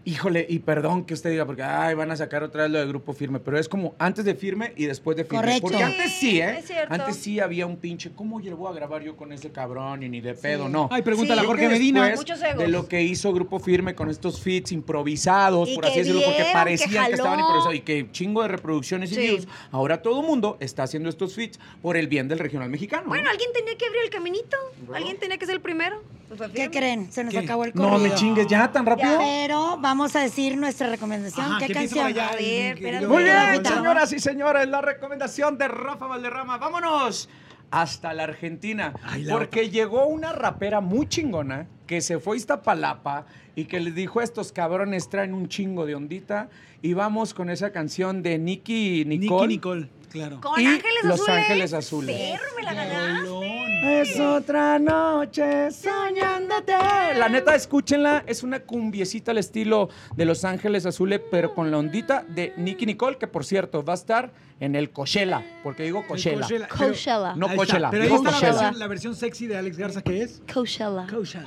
E: Híjole, y perdón que usted diga, porque ay, van a sacar otra vez lo de grupo firme, pero es como antes de firme y después de firme.
A: Correcto.
E: Porque antes sí,
D: Sí,
E: ¿eh?
D: es cierto.
E: Antes sí había un pinche, ¿cómo yo voy a grabar yo con ese cabrón? Y ni de pedo, no.
C: Ay, pregúntale
D: Sí.
C: a Jorge
E: Creo que
C: Medina.
E: después
D: Muchos egos.
E: De lo que hizo Grupo Firme con estos feats improvisados,
D: Y
E: por
D: que
E: así decirlo, porque
D: vieron, que
E: parecía que,
D: jaló.
E: estaban improvisados y que chingo de reproducciones y
D: Sí.
E: views. Ahora todo el mundo está haciendo estos feats por el bien del regional mexicano. ¿no?
D: Bueno, alguien tenía que abrir el caminito. Alguien tenía que ser el primero. Pues fue
A: ¿Qué
D: firme.
A: creen? Se nos
C: ¿Qué?
A: acabó el corrido.
E: No me chingues ya tan rápido.
A: Pero vamos a decir nuestra recomendación.
C: Ajá,
A: ¿Qué
C: Ah, que empiece
A: canción?
C: por allá
D: A
C: y-
D: ver,
C: que
D: espérate.
C: diga,
E: Muy
C: "Hola,
E: bien,
A: Ahorita,
C: hola".
A: ¿no?
E: señoras y señores, la recomendación de Rafa Valderrama. Vámonos hasta la Argentina.
C: Ay, la
E: porque llegó una rapera muy chingona que se fue a Iztapalapa y que les dijo, estos cabrones traen un chingo de ondita. Y vamos con esa canción de Nicky
C: Nicole.
E: Nicole.
C: Nicole, claro.
D: Con
E: Y
D: Ángeles
E: Los
D: Azules.
E: Ángeles Azules.
D: Perro, me la ganaste.
E: Es otra noche soñándote. La neta, escúchenla. Es una cumbiecita al estilo de Los Ángeles Azules, pero con la ondita de Nicky Nicole, que por cierto va a estar en el Coachella. Porque digo Coachella.
C: Coachella. pero-
D: Coachella.
E: No
C: Ahí está,
E: Coachella,
C: Pero ahí
E: digo
C: está la
E: Coachella.
C: versión, la versión sexy de Alex Garza, que es?
D: Coachella.
C: Coachella.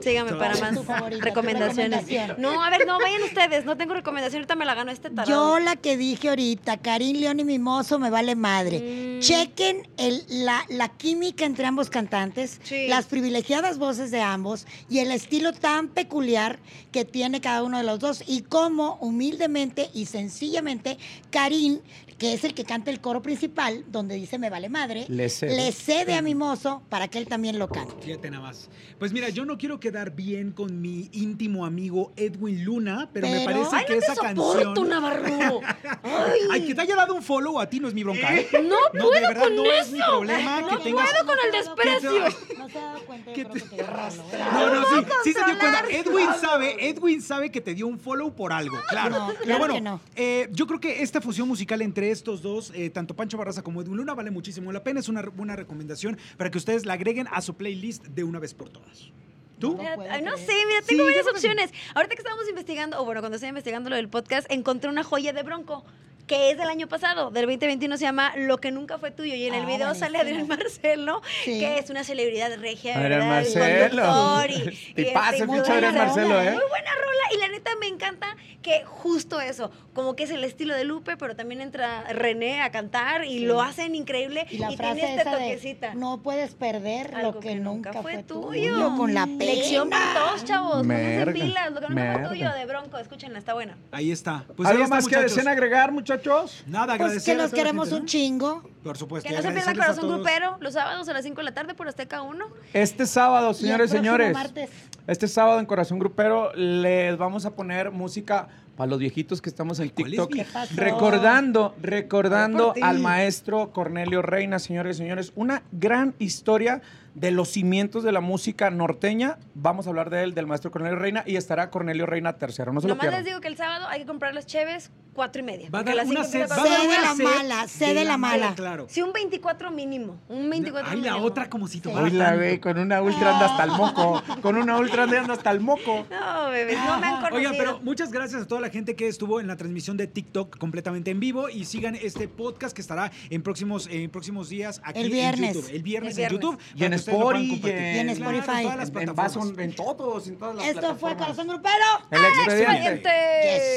D: Sígame
A: ¿Cuál
D: para
A: es tu
D: más
A: favorita, tu
D: recomendaciones.
A: recomendación?
D: No, a ver, no, vayan ustedes. No tengo recomendación. Ahorita me la ganó este tarado.
A: Yo la que dije ahorita, Karim León y Mimoso, me vale madre.
D: Mm.
A: Chequen el- la, la química entre ambos cantantes,
D: Sí.
A: las privilegiadas voces de ambos y el estilo tan peculiar que tiene cada uno de los dos y cómo humildemente y sencillamente Karim, que es el que canta el coro principal, donde dice me vale madre,
E: Le cede.
A: le cede a mi mozo para que él también lo cante.
C: Fíjate nada más. Pues mira, yo no quiero quedar bien con mi íntimo amigo Edwin Luna, pero, me
A: Pero-
C: parece
D: Ay,
C: que
D: no te
C: esa
D: soporto,
C: canción.
D: Navarro. Ay.
C: Ay, que te haya dado un follow a ti no es mi bronca. ¿eh?
D: No puedo
C: de verdad
D: con
C: no es mi
D: eso.
C: problema
D: No
C: que tengas.
D: puedo con el desprecio.
A: No se ha dado cuenta, yo
C: ¿Qué
A: creo
C: te-
A: que te dio rolo, ¿eh?
C: No, no, sí, sí se dio cuenta. Edwin sabe, Edwin sabe que te dio un follow por algo, claro.
A: Ah, No,
C: Pero
A: claro
C: bueno,
A: que no.
C: eh, yo creo que esta fusión musical entre estos dos, eh, tanto Pancho Barraza como Edwin Luna, vale muchísimo la pena. Es una re- buena recomendación para que ustedes la agreguen a su playlist de una vez por todas. ¿Tú?
A: No
D: Mira,
A: puedo
D: ay, no
A: creer.
D: sé, mira,
C: Sí,
D: tengo
C: yo
D: varias
C: creo que sí.
D: opciones. Ahorita que estábamos investigando, o bueno, cuando estaba investigando lo del podcast, encontré una joya de Bronco, que es del año pasado, del 2021, se llama Lo que nunca fue tuyo. Y en el
A: Ah,
D: video sale
A: buenísimo.
D: Adrián Marcelo,
A: Sí.
D: que es una celebridad regia.
E: Adrián
D: ¿verdad? Y
E: Marcelo.
D: conductor Y,
E: Te
D: y, este,
E: pasa,
D: muy
E: pinche Adrián
D: buena
E: Marcelo,
D: rola,
E: ¿eh?
D: Muy buena rola. Y la neta me encanta que justo eso, como que es el estilo de Lupe, pero también entra René a cantar y lo hacen increíble.
A: Y
D: Y,
A: la frase
D: tiene este
A: esa
D: toquecita.
A: de no puedes perder lo que, nunca, fue tuyo. Con
D: Con
A: la
D: Lección
A: pena.
D: para todos, chavos.
E: Merga,
D: Pónganse pilas. Lo que nunca
E: merga.
D: fue tuyo de Bronco. Escúchenla, está buena.
C: Ahí está. Pues ahí
E: ¿Algo
C: está,
E: más que
C: muchachos.
E: deseen agregar, muchachos?
C: Nada,
A: Pues
C: agradecer.
A: que
C: a
A: nos
C: toda la
A: queremos
C: gente,
A: un
C: ¿no?
A: chingo.
C: Por supuesto.
D: Que
C: y
D: no se pierda
C: Pues agradecerles a
D: Corazón
C: todos.
D: Grupero los sábados a las 5 de la tarde por Azteca 1.
E: Este sábado,
A: Y el
E: señores,
A: próximo
E: señores.
A: martes.
E: Este sábado en Corazón Grupero les vamos a poner música para los viejitos que estamos en
C: ¿cuáles
E: TikTok.
A: viejitos?
E: Recordando,
C: Ay,
E: recordando
C: por ti.
E: al maestro Cornelio Reina, señores y señores, una gran historia de los cimientos de la música norteña. Vamos a hablar de él, del maestro Cornelio Reina, y estará Cornelio Reina tercero. No se lo
D: Nomás
E: pierdan.
D: les digo que el sábado hay que comprar las cheves 4 y media.
C: Va a
D: porque a
C: dar
D: las
C: una
D: cinco
C: sed.
D: empieza
C: va
D: a
C: a
A: Sé
C: dar
A: de
C: una
A: la
C: sed
A: mala, sé de la mala.
C: Claro.
D: Sí, un 24 mínimo. Un 24
C: Ay,
D: mínimo.
C: la otra como si tomara
E: Hoy la
C: tanto.
E: ve, con una ultra anda hasta el moco. Con una ultra anda hasta el moco.
D: No, bebés, no me han
C: Ajá.
D: conocido.
C: Oigan, pero muchas gracias a toda la gente que estuvo en la transmisión de TikTok completamente en vivo y sigan este podcast que estará en próximos, en próximos días aquí
A: El
C: en
A: viernes.
C: YouTube. El viernes,
D: El
C: en
D: viernes.
C: YouTube.
E: Y en
C: para que ustedes lo puedan
E: Spotify,
C: compartir.
E: y en-
A: Y en Spotify.
C: todas las
E: En, en
C: plataformas.
E: vaso, en todos, en todas las
A: Esto fue
E: plataformas.
A: Corazón Grupero.
E: El expediente.
D: Expediente.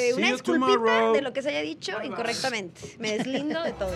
E: Yes.
D: Una
E: See you
D: disculpita
E: tomorrow.
D: de lo que se haya dicho incorrectamente. Me deslindo de todo.